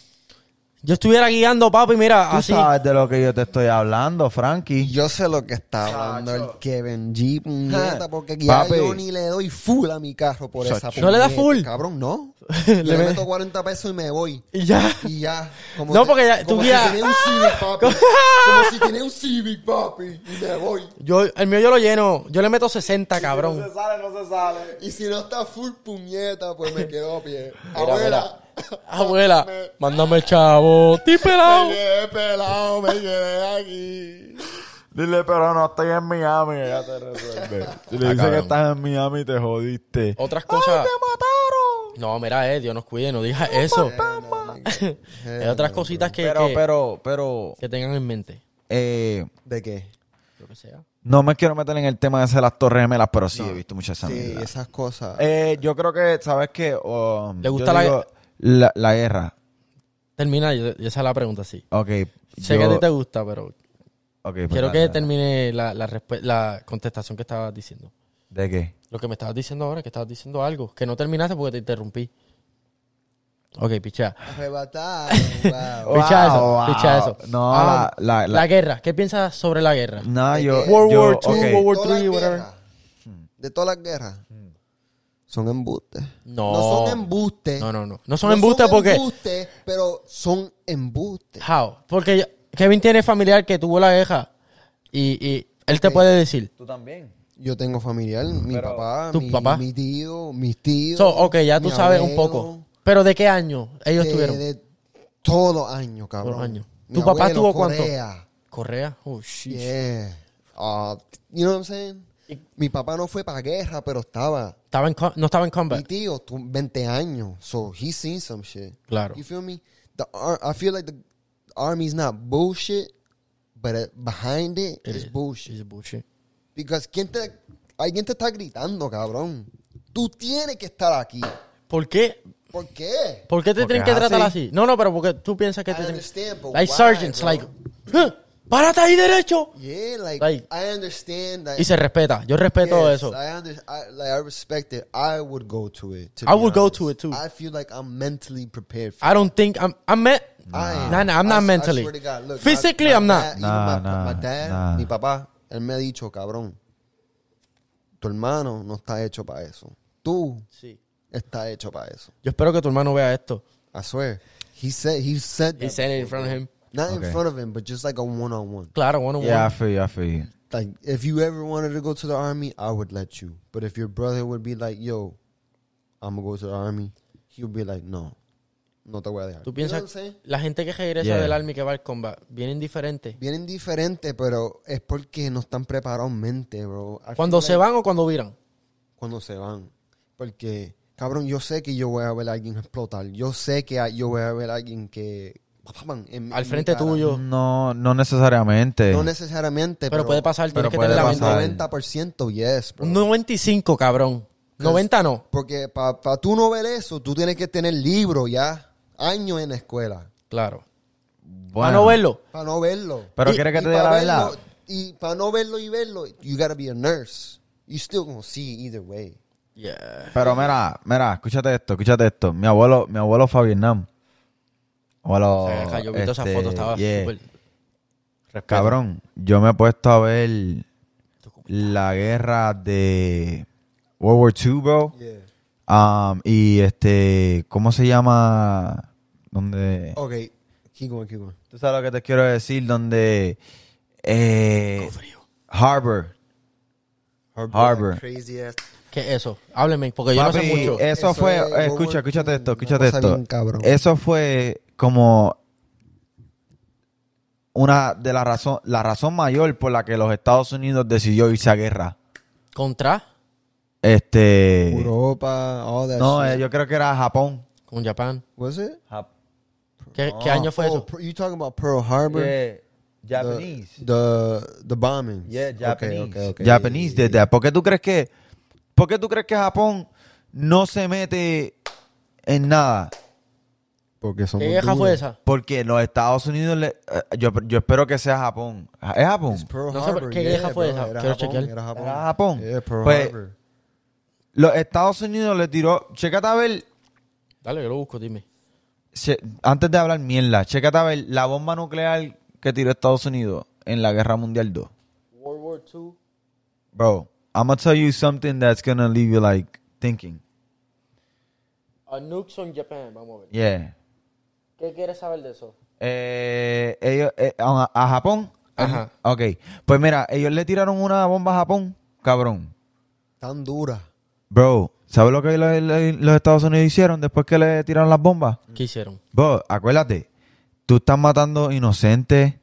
A: Yo estuviera guiando, papi, mira,
B: Tú
A: así.
B: sabes de lo que yo te estoy hablando, Frankie.
C: Yo sé lo que está hablando el Kevin G. Puñeta, porque ya
B: Papi.
C: yo ni le doy full a mi carro por esa
A: ¿No le da
C: puñeta,
A: full?
C: Cabrón, no.
A: Le
C: Yo le
A: me-
C: meto 40 pesos y me voy.
A: Y ya.
C: Y ya. Como
A: No,
C: si-
A: porque ya-
C: como
A: tú
C: si
A: guías-
C: tenía un Civic, papi. Como si tenía un Civic, papi. Y me voy.
A: Yo, el mío yo lo lleno. Yo le meto 60, cabrón.
B: sale, no se sale.
C: Y si no está full puñeta, pues me quedo a pie.
A: Mira,
C: Abuela,
A: mira. Abuela, mándame el chavo. Ti pelado.
C: me quedé pelado, me quedé aquí.
B: Dile, pero no estoy en Miami, ella
A: Ah,
B: te resuelve. Si le dice que estás en Miami, te jodiste.
A: Otras cosas. No, mira, eh, Dios nos cuide, no digas eso. Hay otras cositas que,
B: Pero,
A: que-
B: pero, pero,
A: que tengan en mente.
B: eh,
C: ¿De qué?
A: Lo que sea.
B: no me quiero meter en el tema de las torres gemelas, pero sí he visto muchas esa
C: Sí,
B: mierda.
C: esas cosas.
B: Eh, yo creo que, ¿sabes qué? Um,
A: ¿Le gusta
B: yo
A: la
B: digo, la, la guerra?
A: Termina, y- y esa es la pregunta, sí.
B: Ok.
A: Sé
B: yo-
A: que a ti te gusta, pero
B: ok, pues
A: quiero
B: dale,
A: que
B: dale.
A: termine la, la, respu- la contestación que estabas diciendo.
B: ¿De qué?
A: Lo que me estabas diciendo ahora, que estabas diciendo algo, que no terminaste porque te interrumpí. Ok, pichea.
C: Arrebatar. wow.
A: Picha
B: Wow,
A: eso,
B: wow.
A: picha eso.
B: No,
A: Ah,
B: la- la- la-
A: la guerra. ¿Qué piensas sobre la guerra?
B: No, yo...
A: World
B: yo-
A: War II,
B: ok.
A: World War
C: todas
A: III,
C: las
A: whatever. Hmm.
C: guerras, De todas las guerras. Son embustes.
A: No.
C: son embustes.
A: No, no, no. No son embustes porque-
C: embustes, pero son embustes.
A: How? Porque yo- Kevin tiene familiar que tuvo la guerra y, y él te puede decir.
B: Tú también.
C: Yo tengo familiar, mi papá,
A: Mm. ¿Tu
C: mi,
A: papá?
C: mi tío, mis tíos.
A: So, ok, ya tú
C: mi
A: sabes un
C: abuelo,
A: poco. Pero ¿de qué año ellos
C: de-
A: tuvieron?
C: de todos los años, cabrón.
A: Todos los años.
C: Mi
A: ¿Tu papá
C: abuelo,
A: tuvo cuánto?
C: Corea.
A: Correa. Oh, shit.
C: Yeah. Ah, you know what I'm saying? Mi papá no fue para guerra, pero estaba.
A: Estaba en co- no estaba en
C: Mi
A: combat.
C: tío, tu- 20 años. So he seen some shit.
A: Claro.
C: You feel me? The ar- I feel like the army's not bullshit, but uh, behind it
A: It
C: is
A: is-
C: bullshit.
A: it's bullshit.
C: Because ¿quién te, alguien te está gritando, cabrón. Tú tienes que estar aquí.
A: ¿Por qué?
C: ¿Por qué?
A: ¿Por qué te tienen que
B: es
A: tratar
B: así.
A: así? No, no, pero porque tú piensas que
C: I
A: te tienen
C: understand, but
A: Like
C: why,
A: sergeants,
C: bro?
A: like, "Huh, ¡Párate ahí derecho!
C: Yeah, like,
A: Like-
C: I understand that.
A: Y se respeta. Yo respeto
C: Yes,
A: eso.
C: I, under, I, like, I respect it. I would go to it. to
A: I
C: be
A: would go to it, too.
C: I feel like I'm mentally prepared for
A: I don't think I'm I'm me-
C: I am.
A: Nah, nah, I'm not
C: I- I
A: mentally.
C: swear to God, look,
A: Physically,
C: my-
A: I'm
C: my
A: not.
C: dad,
B: Nah,
C: even my-
B: nah,
C: my dad,
B: nah.
C: mi papá, él me ha dicho, cabrón, tu hermano no está hecho para eso. Tú
A: Sí.
C: estás hecho para eso.
A: Yo espero que tu hermano vea esto.
C: I swear. He said, he said,
A: He
C: that.
A: said it in front of him.
C: not
B: Okay.
C: in front of him, but just like a one on one.
A: Claro, one on
B: Yeah, I
A: one.
B: feel you, I feel you.
C: Like, if you ever wanted to go to the army, I would let you. But if your brother would be like, yo, I'm gonna go to the army, he would be like, no, no te voy a dejar.
A: ¿Tú
C: You know what I'm
A: piensas
C: saying?
A: la gente que regresa
B: Yeah.
A: del army que va al combat vienen diferente?
C: Vienen diferentes, pero es porque no están preparados mente, bro. I
A: ¿Cuando
C: feel
A: se
C: like-
A: van o cuando viran?
C: Cuando se van. Porque, cabrón, yo sé que yo voy a ver a alguien explotar. Yo sé que a- yo voy a ver a alguien que... pa, pa, en- en
A: Al
C: mi
A: frente
C: cara.
A: tuyo.
B: No, no necesariamente.
C: No necesariamente,
A: Pero, puede pasar,
B: pero
A: tienes que
B: puede
A: tener la
C: pero
A: mente.
B: pasar.
C: un 90% yes, bro.
A: Un 95, cabrón. 90 no.
C: Porque para tú no ver eso, tú tienes que tener libro ya. Años en la escuela.
A: Claro.
B: Bueno,
A: A Ah, no verlo.
C: Para no verlo.
B: Pero
C: Y-
B: ¿quieres que
C: y
B: te diga
C: pa'
B: la verdad?
C: verlo- Y para no verlo y verlo, you gotta be a nurse. You still gonna see either way.
A: Yeah.
B: Pero mira, mira, escúchate esto, escúchate esto. Mi abuelo, mi abuelo fue a Vietnam. Abuelo,
A: Se deja, yo vi toda esa
B: este,
A: foto, estaba
B: yeah.
A: súper. Respeto.
B: Cabrón, yo me he puesto a ver la guerra de World War II, bro. Um, y este, ¿cómo se llama? Donde...
C: Ok, keep going, keep going.
B: Tú sabes lo que te quiero decir, donde... Eh,
A: Frío.
B: Harbor.
C: Harbor.
B: Harbor.
C: Crazy ass.
A: ¿Qué es eso? Hábleme, porque yo no sé
B: Papi,
A: mucho.
B: Eso,
C: Eso
B: fue,
C: es
B: eh, escucha,
C: Google-
B: escúchate esto,
C: una
B: escúchate
C: cosa
B: esto.
C: bien cabrón.
B: Eso fue como una de las razón, la razón mayor por la que los Estados Unidos decidió irse a guerra.
A: Contra,
B: Este,
C: Europa, all that
B: no,
C: shit.
B: eh, yo creo que era Japón.
A: con Japón.
C: Was it?
A: ¿Qué, qué año fue
C: Oh,
A: eso?
C: Pe- you talking about Pearl Harbor? The- The the bombing.
B: Yeah, Japanese.
C: Okay, okay, okay.
B: Japanese did that. ¿Por qué tú crees que, por qué tú crees que Japón no se mete en nada?
C: Porque somos
A: ¿Qué guerra fue
C: duros.
A: esa?
B: Porque los Estados Unidos, le- eh, yo, yo espero que sea Japón. ¿Es Japón?
C: It's Pearl
A: No sé por
C: Harbor,
A: qué guerra
C: yeah,
A: fue
C: bro,
A: esa.
C: era
A: Quiero
C: Japón,
A: chequear.
C: Era Japón.
B: Era Japón.
C: Yeah, Pearl
B: Pues,
C: Harbor.
B: Los Estados Unidos le tiró. Checate a ver.
A: Dale, yo lo busco, dime.
B: che- antes de hablar mierda, checate a ver la bomba nuclear que tiró Estados Unidos en la Guerra Mundial 2.
A: World War II.
B: Bro, I'm gonna tell you something that's gonna leave you like thinking.
A: A nukes on Japan, vamos a ver.
B: Yeah.
A: ¿Qué quieres saber de eso?
B: Eh, ellos, eh, a, a Japón.
A: Ajá.
B: Ok. Pues mira, ellos le tiraron una bomba a Japón, cabrón.
C: Tan dura.
B: Bro, ¿sabes lo que lo- lo- los Estados Unidos hicieron después que le tiraron las bombas?
A: ¿Qué hicieron?
B: Bro, acuérdate, tú estás matando inocentes,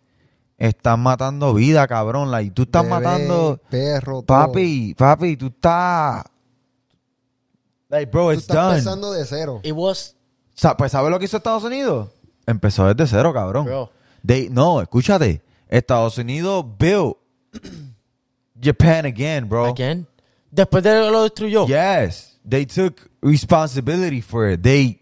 B: estás matando vida, cabrón. Like, tú estás
C: Bebé,
B: matando.
C: perro, todo.
B: Papi, papi, tú estás. Like, bro,
C: Tú
B: it's
C: estás
B: done.
C: empezando de cero.
A: It was...
B: Sa- pues, ¿sabes lo que hizo Estados Unidos? Empezó desde cero, cabrón.
A: Bro.
B: They- no, escúchate. Estados Unidos built Japan again, bro.
A: Again. Después de que lo destruyó.
B: Yes. They took responsibility for it. They,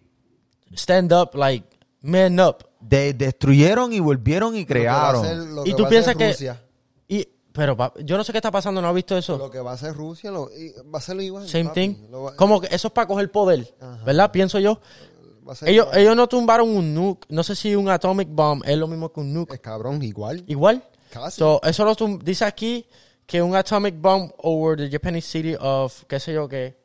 A: Stand up, like, man up.
B: they destruyeron y volvieron y
C: Lo que va a
B: crearon.
C: hacer- lo
A: Y
C: que
A: tú
C: va a
A: piensas
C: hacer
A: que-
C: Rusia.
A: Y, pero pa- yo no sé qué está pasando, ¿no has visto eso?
C: Lo que va a hacer Rusia lo- y va a ser lo igual.
A: Same
C: papi.
A: thing.
C: Lo va-
A: Como que eso es para coger poder,
C: Ajá.
A: ¿verdad? Pienso yo.
C: va a ser
A: Ellos,
C: igual.
A: ellos no tumbaron un nuke. No sé si un atomic bomb es lo mismo que un nuke.
C: Eh, cabrón, igual.
A: Igual.
C: Casi.
A: So, eso lo tum- dice aquí que un atomic bomb over the Japanese city of qué sé yo qué.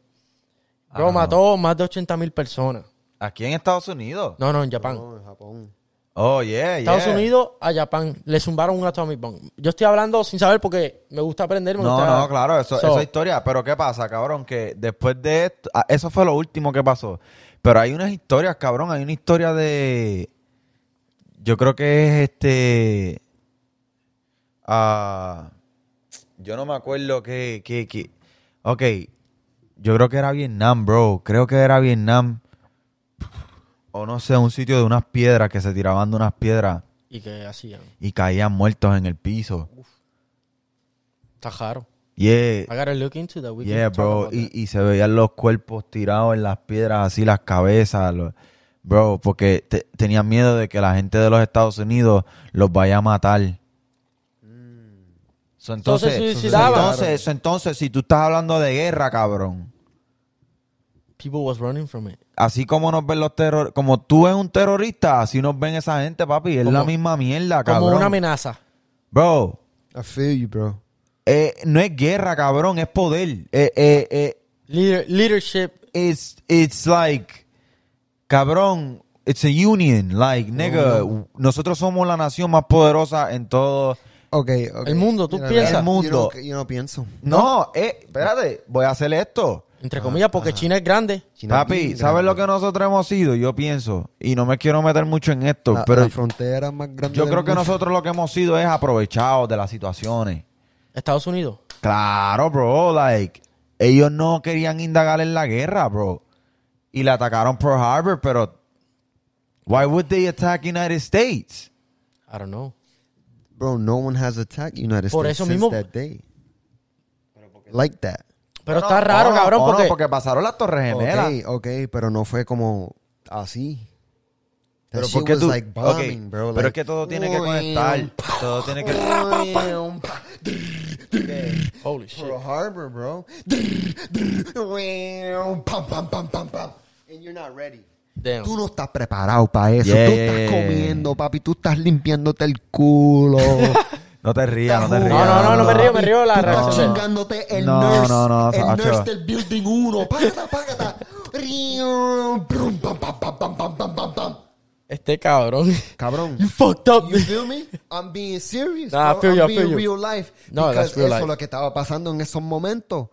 A: Bro,
B: Ajá.
A: mató más de 80 mil personas.
B: Aquí en Estados Unidos.
A: No, no, en Japón.
C: No, en Japón.
B: Oh, yeah, yeah.
A: Estados Unidos a Japón le zumbaron un atomic bomb. Yo estoy hablando sin saber porque me gusta aprender. me
B: No,
A: gusta-
B: no, claro, eso,
A: So,
B: eso es historia. Pero ¿qué pasa, cabrón? Que después de esto, ah, eso fue lo último que pasó. Pero hay unas historias, cabrón. Hay una historia de. Yo creo que es este. ah, yo no me acuerdo que, que, que. Ok. Yo creo que era Vietnam, bro. Creo que era Vietnam. O no sé, un sitio de unas piedras que se tiraban de unas piedras
A: Y que hacían.
B: y caían muertos en el piso.
A: Está raro.
B: Yeah.
A: I gotta look into that. We can
B: Yeah,
A: talk
B: bro.
A: about
B: Y,
A: that.
B: y se veían los cuerpos tirados en las piedras, así las cabezas. lo- bro, porque te- tenían miedo de que la gente de los Estados Unidos los vaya a matar. So, entonces,
A: Entonces,
B: so,
A: Mm. suicidaban.
B: entonces, so, entonces, si tú estás hablando de guerra, cabrón,
A: People was running from it.
B: así como nos ven los terroristas, como tú eres un terrorista, así nos ven esa gente, papi. Es la
A: Como-
B: misma mierda,
A: Como una
B: cabrón.
A: amenaza.
B: Bro,
C: I feel you, bro.
B: eh, no es guerra, cabrón, es poder. Eh, eh, eh,
A: Leader- leadership.
B: it's it's like cabrón it's a union like nigga nosotros somos la nación más poderosa en todo
C: Okay, okay.
A: El mundo, ¿tú piensas?
C: yo
B: El
C: no-
B: mundo.
C: Yo no, pienso.
B: no eh, espérate voy a hacer esto
A: Entre comillas, porque China es grande.
C: China es
B: papi
C: bien
B: sabes
C: grande.
B: lo que nosotros hemos sido yo pienso y no me quiero meter mucho en esto
C: La,
B: pero
C: la frontera más grande.
B: yo
C: Ah, del
B: creo que
C: mundo.
B: nosotros lo que hemos sido es aprovechados de las situaciones
A: Estados Unidos.
B: Claro, bro. Like, ellos no querían indagar en la guerra, bro. Y la atacaron Pearl Harbor, pero. Why would they attack United States?
A: I don't know.
C: Bro, no one has attacked United
A: Por
C: States
A: eso
C: since
A: mismo-
C: that day. Like that.
A: Pero
B: No,
A: está
B: no,
A: raro,
B: no,
A: cabrón,
B: no,
A: porque...
B: porque pasaron las Torres Gemelas.
C: Okay, okay, pero no fue como así. That
B: Pero
C: shit
B: porque
C: was
B: tú.
C: like bombing,
B: ok,
C: bro.
B: pero
C: like-
B: es que todo tiene que conectar. Todo tiene que.
A: Holy shit.
C: Pearl Harbor, bro. Pam, pam, pam, pam, pam. And you're not ready.
A: Damn.
C: Tú no estás preparado para eso.
B: Yeah,
C: tú
B: yeah,
C: estás
B: yeah.
C: comiendo, papi. Tú estás limpiándote el culo.
B: No te rías, no te
C: Estás
B: rías.
A: No, no, no, no me río, me río de la
C: Tú estás
A: reacción. de-
C: chingándote el
B: No,
C: nurse.
B: no, no,
C: el
B: Sacho.
C: nurse del building 1. Págata, págata. Río, brum, pam, pam, pam, pam, pam, pam, pam, pam.
A: Este cabrón.
C: Cabrón.
A: You fucked up.
C: You feel me? I'm being serious.
A: Nah, I
C: bro.
A: feel you, I
C: I'm being
A: feel you.
C: real life.
A: No, that's
C: Because
A: real
C: eso
A: life.
C: es lo que estaba pasando en esos momentos.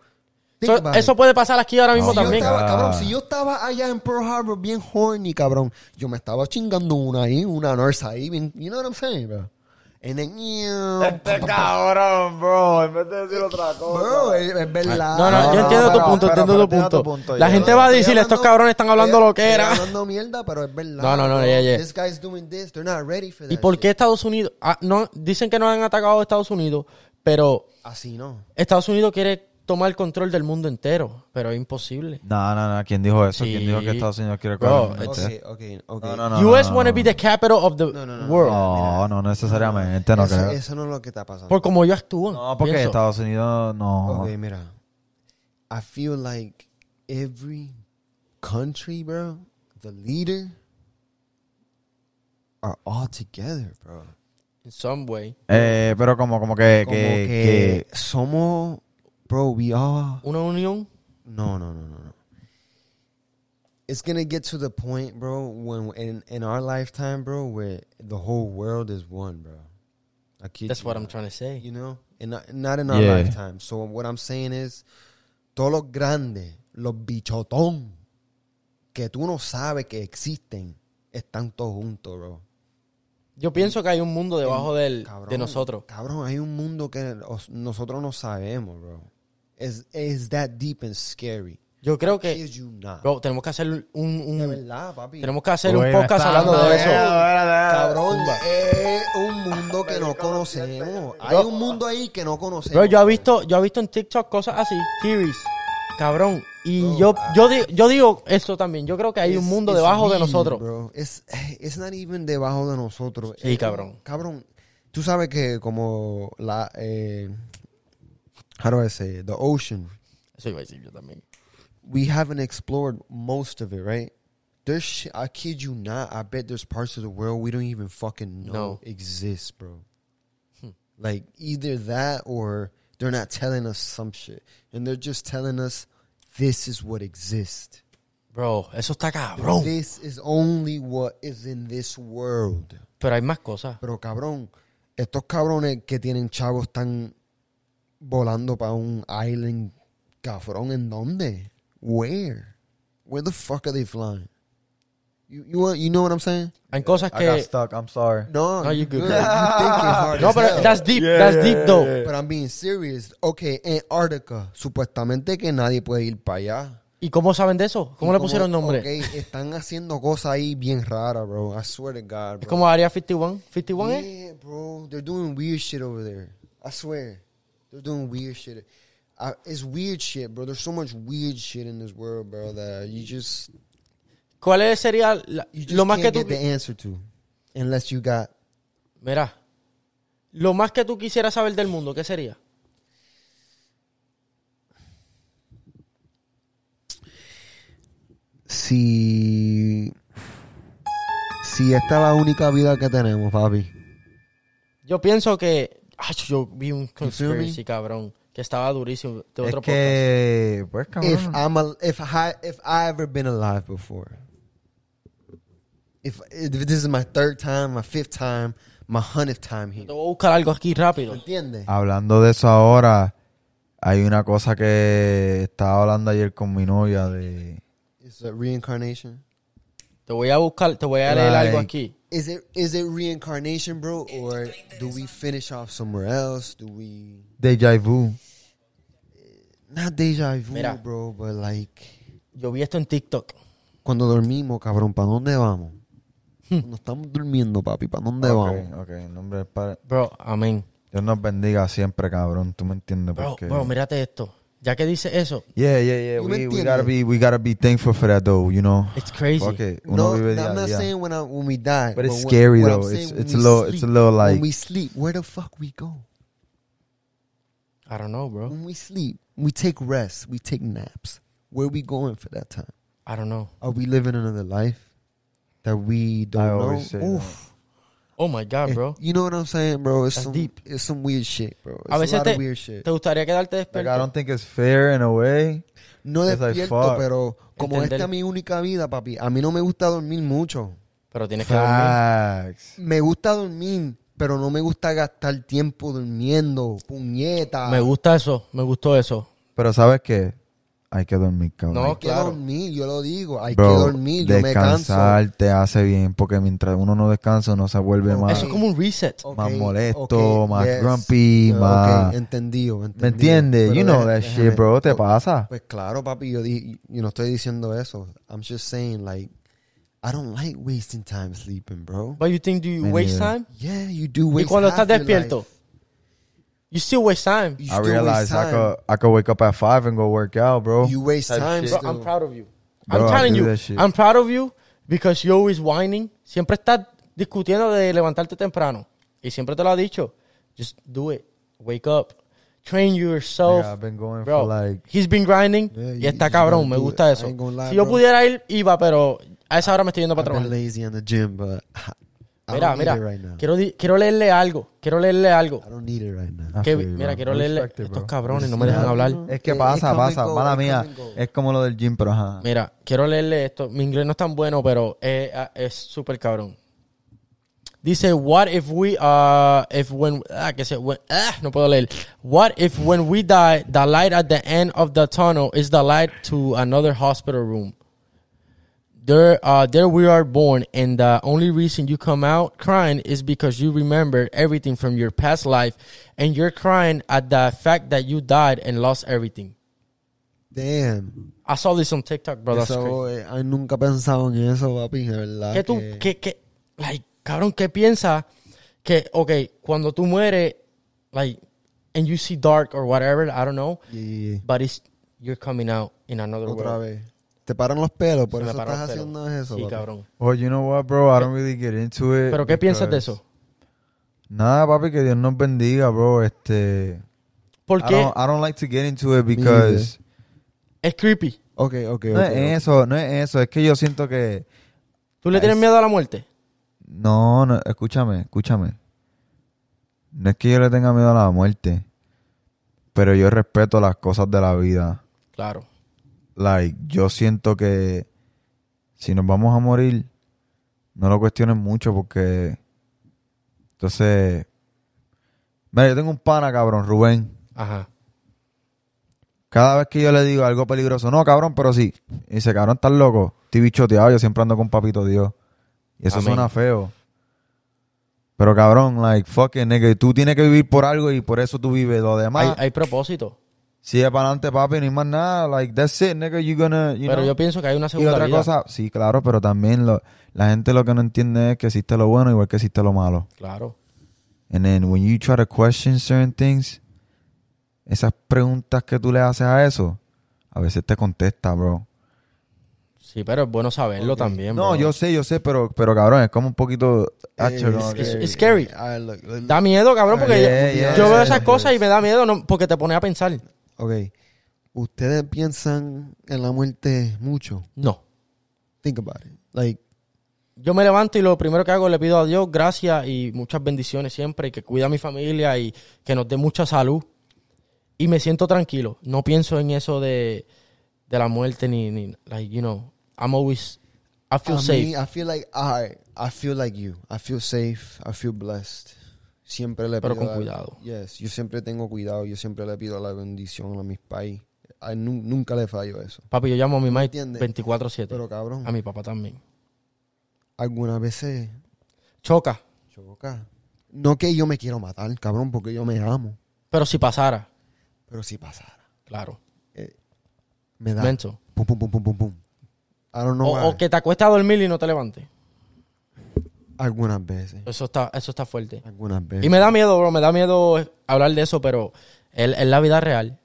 C: Think
A: So,
C: about it.
A: eso puede pasar aquí ahora mismo
B: Oh,
C: Si yo
A: también.
C: estaba,
B: Ah.
C: cabrón, si yo estaba allá en Pearl Harbor bien horny, cabrón, yo me estaba chingando una ahí, una nurse ahí, bien, you know what I'm saying, bro? And then,
B: Este cabrón, bro. En vez de decir otra
C: bro, es, es verdad.
A: No, no,
B: No,
A: yo
B: no,
A: entiendo tu
B: pero-
A: punto,
B: pero-
A: entiendo
B: pero entiendo
A: tu
B: tu
A: punto.
B: punto,
A: La
B: yo-
A: gente va a
C: Estoy
A: decir, estos
C: hablando-
A: cabrones están hablando
C: estoy-
A: lo que era.
C: estoy hablando mierda, pero es verdad.
A: No, no, no,
C: bro.
A: yeah, yeah.
C: This guy's doing this, they're not ready for that
A: ¿Y por
C: shit.
A: qué Estados Unidos? ah, no, dicen que no han atacado a Estados Unidos, pero
C: Así no.
A: Estados Unidos quiere tomar el control del mundo entero, pero es imposible.
B: No, no, no. ¿Quién dijo eso?
A: Sí.
B: ¿Quién dijo que Estados Unidos quiere
A: Bro,
B: coger el
A: it's-
B: norte?
C: Ok, ok, ok.
B: No, no, no.
A: US
B: no,
A: wanna
B: no.
A: be the capital of the
C: no, no,
A: world.
B: No, no necesariamente, no
C: eso,
B: creo.
C: eso no es lo que está pasando.
A: Por como yo actúo.
B: No, porque
A: pienso.
B: Estados Unidos no. Eh,
C: Okay, mira. I feel like every country, bro, the leader are all together, bro.
A: In some way.
B: Eh, pero como, como que,
C: Como
B: que,
C: que, somos, bro, we all.
A: Una unión.
C: No, no, no, no, no. It's gonna get to the point, bro, when in in our lifetime, bro, where the whole world is one, bro. I kid
A: That's
C: you
A: what
C: not.
A: I'm trying to say.
C: you know, and not, not in our
B: Yeah.
C: lifetime. So what I'm saying is, todos los grandes, los bichotón, que tú no sabes que existen, están todos juntos, bro.
A: Yo pienso que hay un mundo debajo del,
C: Cabrón,
A: de nosotros.
C: Cabrón, hay un mundo que os- nosotros no sabemos, bro. Is, is that deep and scary?
A: Yo creo que...
C: Is you not?
A: Bro, tenemos que hacer un...
C: De
A: un
C: verdad, papi.
A: tenemos que hacer un podcast hablando de eso.
C: Cabrón, es un mundo que no conocemos. Hay un mundo ahí que no conocemos.
A: Bro, yo he visto, yo he visto en TikTok cosas así, theories, cabrón. Y yo,
C: ah.
A: yo, di- yo digo esto también. Yo creo que hay un
C: It's-
A: mundo
C: it's
A: debajo de
C: real,
A: nosotros.
C: bro. Es, es not even debajo de nosotros.
A: Sí,
C: Es-
A: cabrón.
C: Cabrón. Tú sabes que como la... Eh, how do I say it? The ocean.
A: Eso iba a decir yo también.
C: We haven't explored most of it, right? There's shit, I kid you not, I bet there's parts of the world we don't even fucking know
A: No. Hmm.
C: exist, bro. Like, either that or they're not telling us some shit. And they're just telling us this is what exists.
A: Bro, eso está cabrón.
C: This is only what is in this world.
A: Pero hay más cosas.
C: Pero cabrón, estos cabrones que tienen chavos están volando para un island. Cabrón, ¿en dónde? Where? Where the fuck are they flying? You, you, you know what I'm saying?
A: Hay cosas
B: I got
A: que.
B: stuck, I'm sorry.
C: No,
A: No,
C: you
A: you're good.
C: good. You thinking hard
A: No,
C: as
A: pero
C: hell.
A: that's deep, that's deep though.
C: But I'm being serious. Okay, Antarctica. Supuestamente que nadie puede ir para allá.
A: ¿Y cómo saben de eso? ¿Cómo
C: Y
A: le pusieron nombre?
C: ok, están haciendo cosas ahí bien raras, bro. I swear to God, bro.
A: Es como Area 51. 51 es.
C: Yeah, bro. They're doing weird shit over there. I swear. They're doing weird shit. I, it's weird shit, bro. There's so much weird shit in this world, bro, that you just
A: ¿Cuál es- sería la-
C: you just
A: lo más que
C: can't
A: tú.
C: get the answer to unless you got
A: Mira. Lo más que tú quisieras saber del mundo, ¿qué sería?
C: si si esta es la única vida que tenemos, papi.
A: Yo pienso que. Ay, yo vi un
C: feel me?
A: conspiracy, cabrón. Que estaba durísimo. De
B: Es
A: otro
B: que, pues
A: Ah.
C: If
B: cabrón.
C: I'm a, if I if I ever been alive before. If, if this is my third time, my fifth time, my hundredth time here.
A: Te voy a buscar algo aquí rápido.
C: ¿Entiendes?
B: Hablando de eso ahora, hay una cosa que estaba hablando ayer con mi novia de...
C: Is it reincarnation?
A: Te voy a buscar, te voy a leer
B: Like-
A: algo aquí.
C: Is it is it reincarnation, bro, or do we finish off somewhere else? Do we
B: Deja vu.
C: not deja vu,
A: Mira.
C: bro, but like
A: Yo vi esto en TikTok.
C: cuando dormimos, cabrón, ¿para dónde vamos? Cuando estamos durmiendo, papi, ¿para dónde
B: Ok,
C: vamos?
B: ok, en nombre del Padre.
A: Bro, amén.
B: Dios nos bendiga siempre, cabrón. ¿Tú me entiendes?
A: Bro,
B: Porque...
A: bro, mírate esto. Ya que dice eso,
B: Yeah, yeah, yeah.
C: ¿Tú me
B: We, we gotta
C: entiendes?
B: be, we gotta be thankful for that, though. You know.
A: it's crazy.
B: Fuck it. Uno
C: No,
B: vive
C: I'm
B: día a
C: not
B: día.
C: saying when I, when we die,
B: But it's
C: what-
B: scary,
C: what I'm
B: though. It's-
C: saying when
B: it's
C: we
B: a little- it's a little,
C: when
B: like-
C: we sleep. Where the fuck we go?
A: I don't know, bro.
C: When we sleep, we take rest, we take naps. Where we going for that time?
A: I don't know.
C: Are we living another life that we don't
B: I
C: know?
B: always say that.
A: Oh my God,
C: Eh,
A: bro.
C: You know what I'm saying, bro? It's
A: That's
C: some
A: deep.
C: It's some weird shit, bro. It's
A: A veces
C: lot
A: te,
C: of weird shit.
A: te gustaría quedarte
B: Like, I
A: despierto.
B: don't think it's fair in a way.
C: No
B: it's like,
C: despierto,
B: fuck.
C: pero como
A: Entender.
C: esta es mi única vida, papi, a mí no me gusta dormir mucho.
A: Pero tienes que
B: Ah.
A: dormir.
B: Facts.
C: Me gusta dormir, pero no me gusta gastar tiempo durmiendo, puñeta.
A: Me gusta eso, me gustó eso.
B: Pero sabes qué? hay que dormir, cabrón.
A: No,
B: Hay
C: Hay que
A: claro.
C: dormir, yo lo digo. Hay
B: Bro,
C: que dormir, yo me canso.
B: descansar te hace bien porque mientras uno no descansa uno se vuelve
C: No,
B: más,
A: Eso es como un reset.
C: Ok,
B: más molesto,
C: ok,
B: más
C: yes.
B: grumpy,
C: Ok,
B: más...
C: entendido, entendido.
B: ¿Me entiendes?
C: Pero
B: You know
C: deja-
B: that
C: déjame-
B: shit, bro. Te pasa.
C: Pues claro, papi, yo, di, yo no estoy diciendo eso. I'm just saying, like, I don't like wasting time sleeping, bro.
A: But you think do you
B: Me
A: waste
B: neither.
A: time?
C: Yeah, you do
A: Y
C: waste
A: cuando
C: half
A: estás
C: your life.
A: despierto, you still waste time.
C: You
B: I uh,
C: still
B: realized
C: waste
B: I
C: time.
B: could I could wake up at five and go work out, bro.
C: You waste time.
A: Bro,
C: still.
A: I'm proud of you.
B: Bro,
A: I'm
B: I
A: telling
B: do
A: you.
B: that shit.
A: I'm proud of you because you're always whining. Siempre estás discutiendo de levantarte temprano. Y siempre te lo ha dicho. Just do it. Wake up. Train yourself.
B: Nigga, I've been going
A: Bro,
B: for like
A: he's been grinding.
C: Yeah,
A: y
C: you-
A: está
C: you
A: cabrón.
C: gotta
A: Me
C: do it.
A: gusta
C: I
A: eso.
C: ain't gonna lie,
A: si yo
C: bro.
A: pudiera ir, iba, pero a esa hora me estoy yendo
C: I've
A: para
C: been
A: trabajar.
C: lazy in the gym, but I, I
A: Mira,
C: don't need
A: mira.
C: it right now.
A: Quiero, di- quiero leerle algo. Quiero leerle algo.
C: I don't need it right now.
B: I
A: Que-
B: feel you,
A: mira,
B: Ah, bro.
A: quiero
B: I
A: leerle.
B: respect it,
A: Estos
B: bro.
A: cabrones no me dejan
C: Yeah.
A: hablar.
B: Es que
C: It- it
B: pasa,
C: come and
B: pasa.
C: go,
B: Mala
C: it come
B: mía.
C: and go.
B: Es como lo del gym, pero ajá.
A: Mira, quiero leerle esto. Mi inglés no es tan bueno, pero eh, ah, es súper cabrón. Dice, what if we, uh, if when, ah, que se, when- ah, no puedo leer. What if when we die, the light at the end of the tunnel is the light to another hospital room? There, uh, there we are born, and the only reason you come out crying is because you remember everything from your past life, and you're crying at the fact that you died and lost everything.
C: Damn.
A: I saw this on TikTok, bro. That's crazy.
C: Eso, eh, ay, nunca he pensado en eso, papi, de verdad.
A: ¿Qué tú,
C: que-
A: qué, qué, like, cabrón, qué piensas que, ok, cuando tú mueres, like, and you see dark or whatever, I don't know,
C: Yeah, yeah, yeah.
A: but it's, you're coming out in another
C: Otra
A: world.
C: vez. Te paran los pelos, por
A: Se me
C: eso
A: paró
C: estás
A: el pelo.
C: haciendo eso.
A: Sí,
C: papi.
A: cabrón.
B: Well, Oh, you know what, bro? I don't really get into it.
A: ¿Pero qué piensas de
B: because-
A: eso?
B: Nada, papi, que Dios nos bendiga, bro. Este. I
A: Porque
B: don't, I don't like to get into it because.
A: es creepy.
C: Ok, ok,
B: No
C: ok,
B: es
C: ok.
B: eso, no es eso. Es que yo siento que.
A: ¿Tú le tienes
B: es-
A: miedo a la muerte?
B: No, no, escúchame, escúchame. No es que yo le tenga miedo a la muerte. Pero yo respeto las cosas de la vida.
A: Claro.
B: like, yo siento que si nos vamos a morir, no lo cuestionen mucho porque. Entonces. Mira, yo tengo un pana, cabrón, Rubén.
A: Ajá.
B: Cada vez que yo le digo algo peligroso, no, cabrón, pero sí. Y dice, cabrón, estás loco. Estoy bichoteado, yo siempre ando con papito Dios. Y eso
A: Amén.
B: suena feo. Pero cabrón, like, fucking nigga, tú tienes que vivir por algo y por eso tú vives. Lo
A: Hay,
B: demás,
A: hay propósito.
B: sigue para adelante, papi, no hay más nada. Like, that's it, nigga, you gonna, you
A: pero
B: know.
A: yo pienso que hay una
B: Y
A: segunda
B: otra
A: vida.
B: cosa, sí, claro, pero también lo, la gente lo que no entiende es que existe lo bueno igual que existe lo malo.
A: Claro.
B: And then when you try to question certain things, esas preguntas que tú le haces a eso, a veces te contesta, bro.
A: Sí, pero es bueno saberlo también,
B: No,
A: bro.
B: yo sé, yo sé, pero, pero cabrón, es como un poquito... Hacho, como que-
A: es- it's scary.
C: Ah, look, look,
A: Da miedo, cabrón, porque
B: Yeah,
A: yo,
B: yeah,
A: yo veo
B: yeah,
A: esas
B: yeah.
A: cosas y me da miedo no, porque te pone a pensar.
C: Ok. Ustedes piensan en la muerte mucho.
A: No.
C: Think about it. Like,
A: Yo me levanto y lo primero que hago le pido a Dios gracias y muchas bendiciones siempre y que cuida a mi familia y que nos dé mucha salud. Y me siento tranquilo. No pienso en eso de, de la muerte ni, ni, like, you know, I'm always, I feel
C: a
A: safe.
C: mí, I feel like, I, I feel like you. I feel safe. I feel blessed. Siempre le
A: Pero
C: pido
A: con
C: a-
A: cuidado.
C: Yes, yo siempre tengo cuidado. Yo siempre le pido la bendición a mis pais. Ay, nu- nunca le fallo eso.
A: Papi, yo llamo a mi mamá
C: entiendes?
A: 24-7.
C: Pero cabrón,
A: A mi papá también.
C: algunas veces
A: Choca.
C: choca. No que yo me quiero matar, cabrón, porque yo me amo.
A: Pero si pasara,
C: Pero si pasara,
A: claro.
C: me da.
A: Menso.
C: Pum, pum, pum, pum, pum, pum. I don't know
A: o,
C: why.
A: o que te acuestas a dormir y no te levantes.
C: Algunas veces.
A: Eso está, eso está fuerte.
C: Algunas veces.
A: Y me da miedo, bro, me da miedo hablar de eso, pero es es la vida real.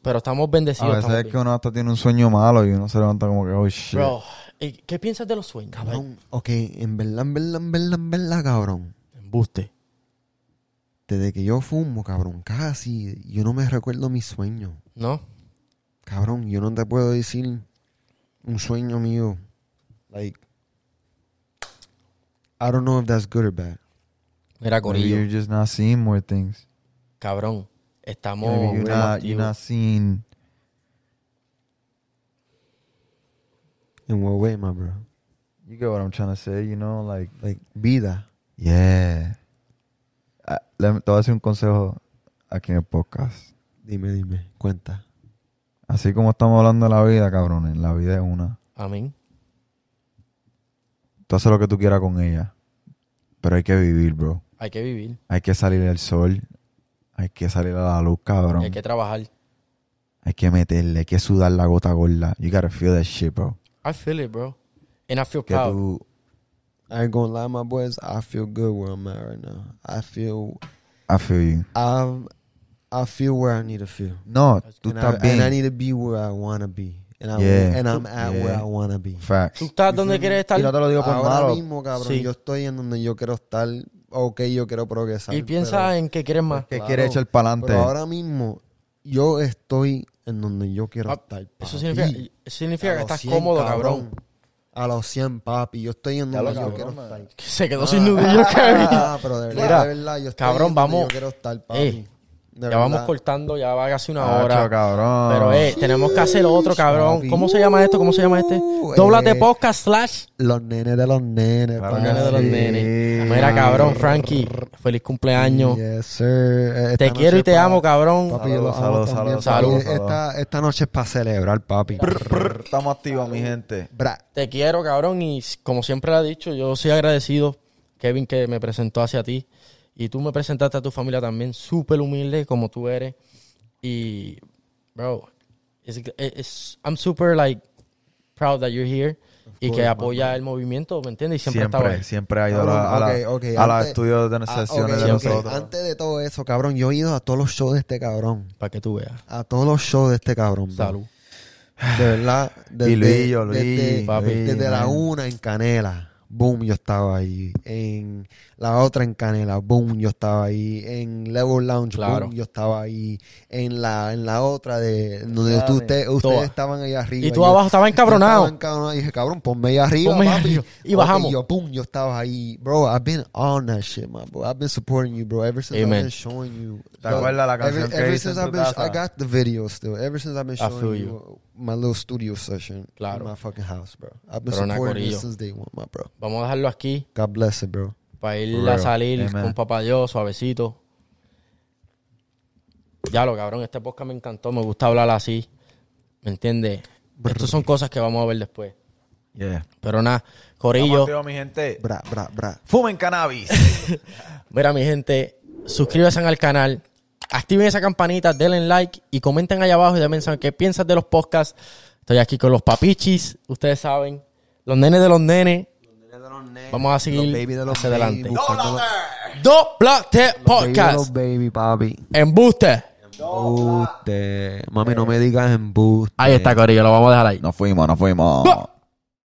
A: Pero estamos
B: a
A: bendecidos.
B: veces
A: estamos
B: es
A: bien.
B: que uno hasta tiene un sueño malo y uno se levanta como que, oh, shit.
A: Bro, ¿y ¿qué piensas de los sueños? Like,
C: Ah, Cabrón, ok, en verdad, en verdad, en verdad, en verdad, cabrón.
A: Embuste.
C: Desde que yo fumo, cabrón, casi, yo no me recuerdo mis sueños.
A: ¿No?
C: Cabrón, yo no te puedo decir un sueño mío. Like, I don't know if that's good or bad.
A: Mira,
B: Maybe
A: Corillo.
B: you're just not seeing more things.
A: Cabrón. Estamos.
B: Maybe you're
A: bien
B: not,
A: activos.
B: you're not seeing...
C: In what way, my bro?
B: You get what I'm trying to say, you know, like...
C: Like, vida.
B: Yeah. Ah, le- te voy a decir un consejo aquí en el podcast.
C: Dime, dime, cuenta.
B: A Así como estamos hablando de la vida, cabrones. La vida es una.
A: Amén.
B: Tú haces lo que tú quieras con ella. Pero hay que vivir, bro.
A: Hay que vivir.
B: Hay que salir al sol. Hay que salir a la luz, cabrón.
A: y Hay que trabajar.
B: meterle, hay que sudar la gota gorda. You gotta feel that shit, bro.
A: I feel it, bro. And I feel
B: Que
A: proud.
B: tú...
C: I ain't gonna lie, my boys. I feel good where I'm at right now. I feel
B: I feel you.
C: I I feel where I need to feel,
B: No, tú
C: and I,
B: estás bien.
C: and I need to be where I want to be, and I
B: Yeah.
C: and I'm at where
B: Yeah.
C: I want to be.
B: Facts.
A: Tú estás donde quieres estar.
B: Y no te lo digo por
C: Ahora
B: malo.
C: mismo, cabrón,
A: Sí.
C: yo estoy en donde yo quiero estar. Ok, yo quiero progresar.
A: Y piensa
C: pero-
A: en que quieres más.
B: que
C: claro,
B: quiere echar para
C: pero,
B: adelante.
C: ahora mismo yo estoy en donde yo quiero
A: Ah,
C: estar.
A: Eso
C: papi.
A: significa, eso significa
C: A
A: que
C: los
A: estás
C: 100,
A: cómodo, cabrón.
C: A los 100, papi. Yo estoy en donde
B: lo
C: yo
B: cabrón,
C: quiero
B: man.
C: estar.
A: Que se
B: Ah.
A: quedó sin nudillo, Kevin.
C: Ah, pero de verdad,
A: Mira,
C: de verdad, yo estoy
A: cabrón,
C: en donde
A: vamos.
C: Yo quiero estar, papi.
A: Eh,
C: De
A: Ya
C: verdad.
A: vamos cortando, ya va casi una
B: Hacho,
A: hora.
B: cabrón.
A: Pero eh, tenemos que hacer otro, cabrón.
C: papi.
A: ¿Cómo se llama esto? ¿Cómo se llama este?
C: Uh,
A: Dóblate
C: eh.
A: podcast slash.
C: Los nenes de los nenes,
B: Claro
C: papi.
B: que
A: Nenes de los
B: sí.
A: nenes. Mira, cabrón, Frankie. Feliz cumpleaños.
C: Yes, sir. Eh, esta
A: Te quiero y
C: noche
A: te
C: pa-
A: amo, cabrón.
C: Papi, yo
B: Saludos,
C: los amo
B: saludos,
C: también,
B: saludos,
C: papi.
B: saludos,
C: Esta, esta noche es para celebrar, papi.
B: Estamos activos, mi gente.
C: Bra.
A: Te quiero, cabrón. Y s- como siempre lo he dicho, yo soy agradecido, Kevin, que me presentó hacia ti. Y tú me presentaste a tu familia también, súper humilde como tú eres. Y, bro, it's, it's- I'm super, like, proud that you're here. Y que apoya el movimiento, ¿me entiendes? Y siempre,
B: Siempre,
A: estaba
B: siempre,
A: ahí.
B: ha ido a, la- a la-
C: Ah, Ok, ok,
B: a los
C: antes-
B: estudios de
C: Ah,
B: sesiones
C: ok,
B: de
A: ok.
B: nosotros.
C: Antes de todo eso, cabrón, yo he ido a todos los shows de este cabrón.
A: Para que tú veas.
C: A todos los shows de este cabrón. bro.
A: Salud.
C: De verdad. Desde,
B: y Luillo, Luis,
C: desde,
A: papi,
B: Luis,
C: desde la
B: man.
C: una en Canela. Boom, yo estaba ahí. En la otra en Canela. Boom, yo estaba ahí. En Level Lounge.
A: Claro.
C: Boom, yo estaba ahí. En la, en la otra de donde tú- usted- ustedes
A: Todas.
C: estaban ahí arriba.
A: Y tú
C: Yo-
A: abajo estabas
C: Yo
A: encabronado.
C: estaba encabronado. Y dije, cabrón, ponme ahí arriba,
A: Ponme ahí
C: papi.
A: arriba. Y
C: Ok,
A: bajamos.
C: yo, boom, yo estaba ahí. Bro, I've been on that shit, my bro. I've been supporting you, bro. Ever since
A: Amen.
C: I've been showing you.
B: ¿Te acuerdas la canción
C: ever,
B: que
C: ever
B: hice en
C: since
B: tu
C: I've been,
B: casa?
C: I got the video still. Ever since I've been
A: I feel
C: showing you my little studio session
A: Claro.
C: in my fucking house, bro. I've been
A: Pero una
C: supporting you
A: corillo.
C: since day one, my bro.
A: Vamos a dejarlo aquí
C: God bless it, bro.
A: para ir
B: For real.
A: a salir
B: Amen.
A: con papá Dios, suavecito. Ya lo cabrón, este podcast me encantó, me gusta hablar así. ¿Me entiendes? Estas son cosas que vamos a ver después.
B: Yeah.
A: Pero nada,
B: Estamos
A: Corillo,
B: activos, mi gente.
C: Bra, bra, bra.
B: Fumen cannabis.
A: mira mi gente, suscríbanse al canal, activen esa campanita, denle like y comenten allá abajo y denme saber qué piensas de los podcasts. Estoy aquí con los papichis, ustedes saben, los nenes de los nenes. Vamos a seguir hacia adelante. Doblate Podcast.
C: baby, papi.
A: Embuste.
C: Embuste. Mami, no me digas embuste.
A: Ahí está, Corillo, lo vamos a dejar ahí.
B: Nos fuimos, nos fuimos.
A: Ah.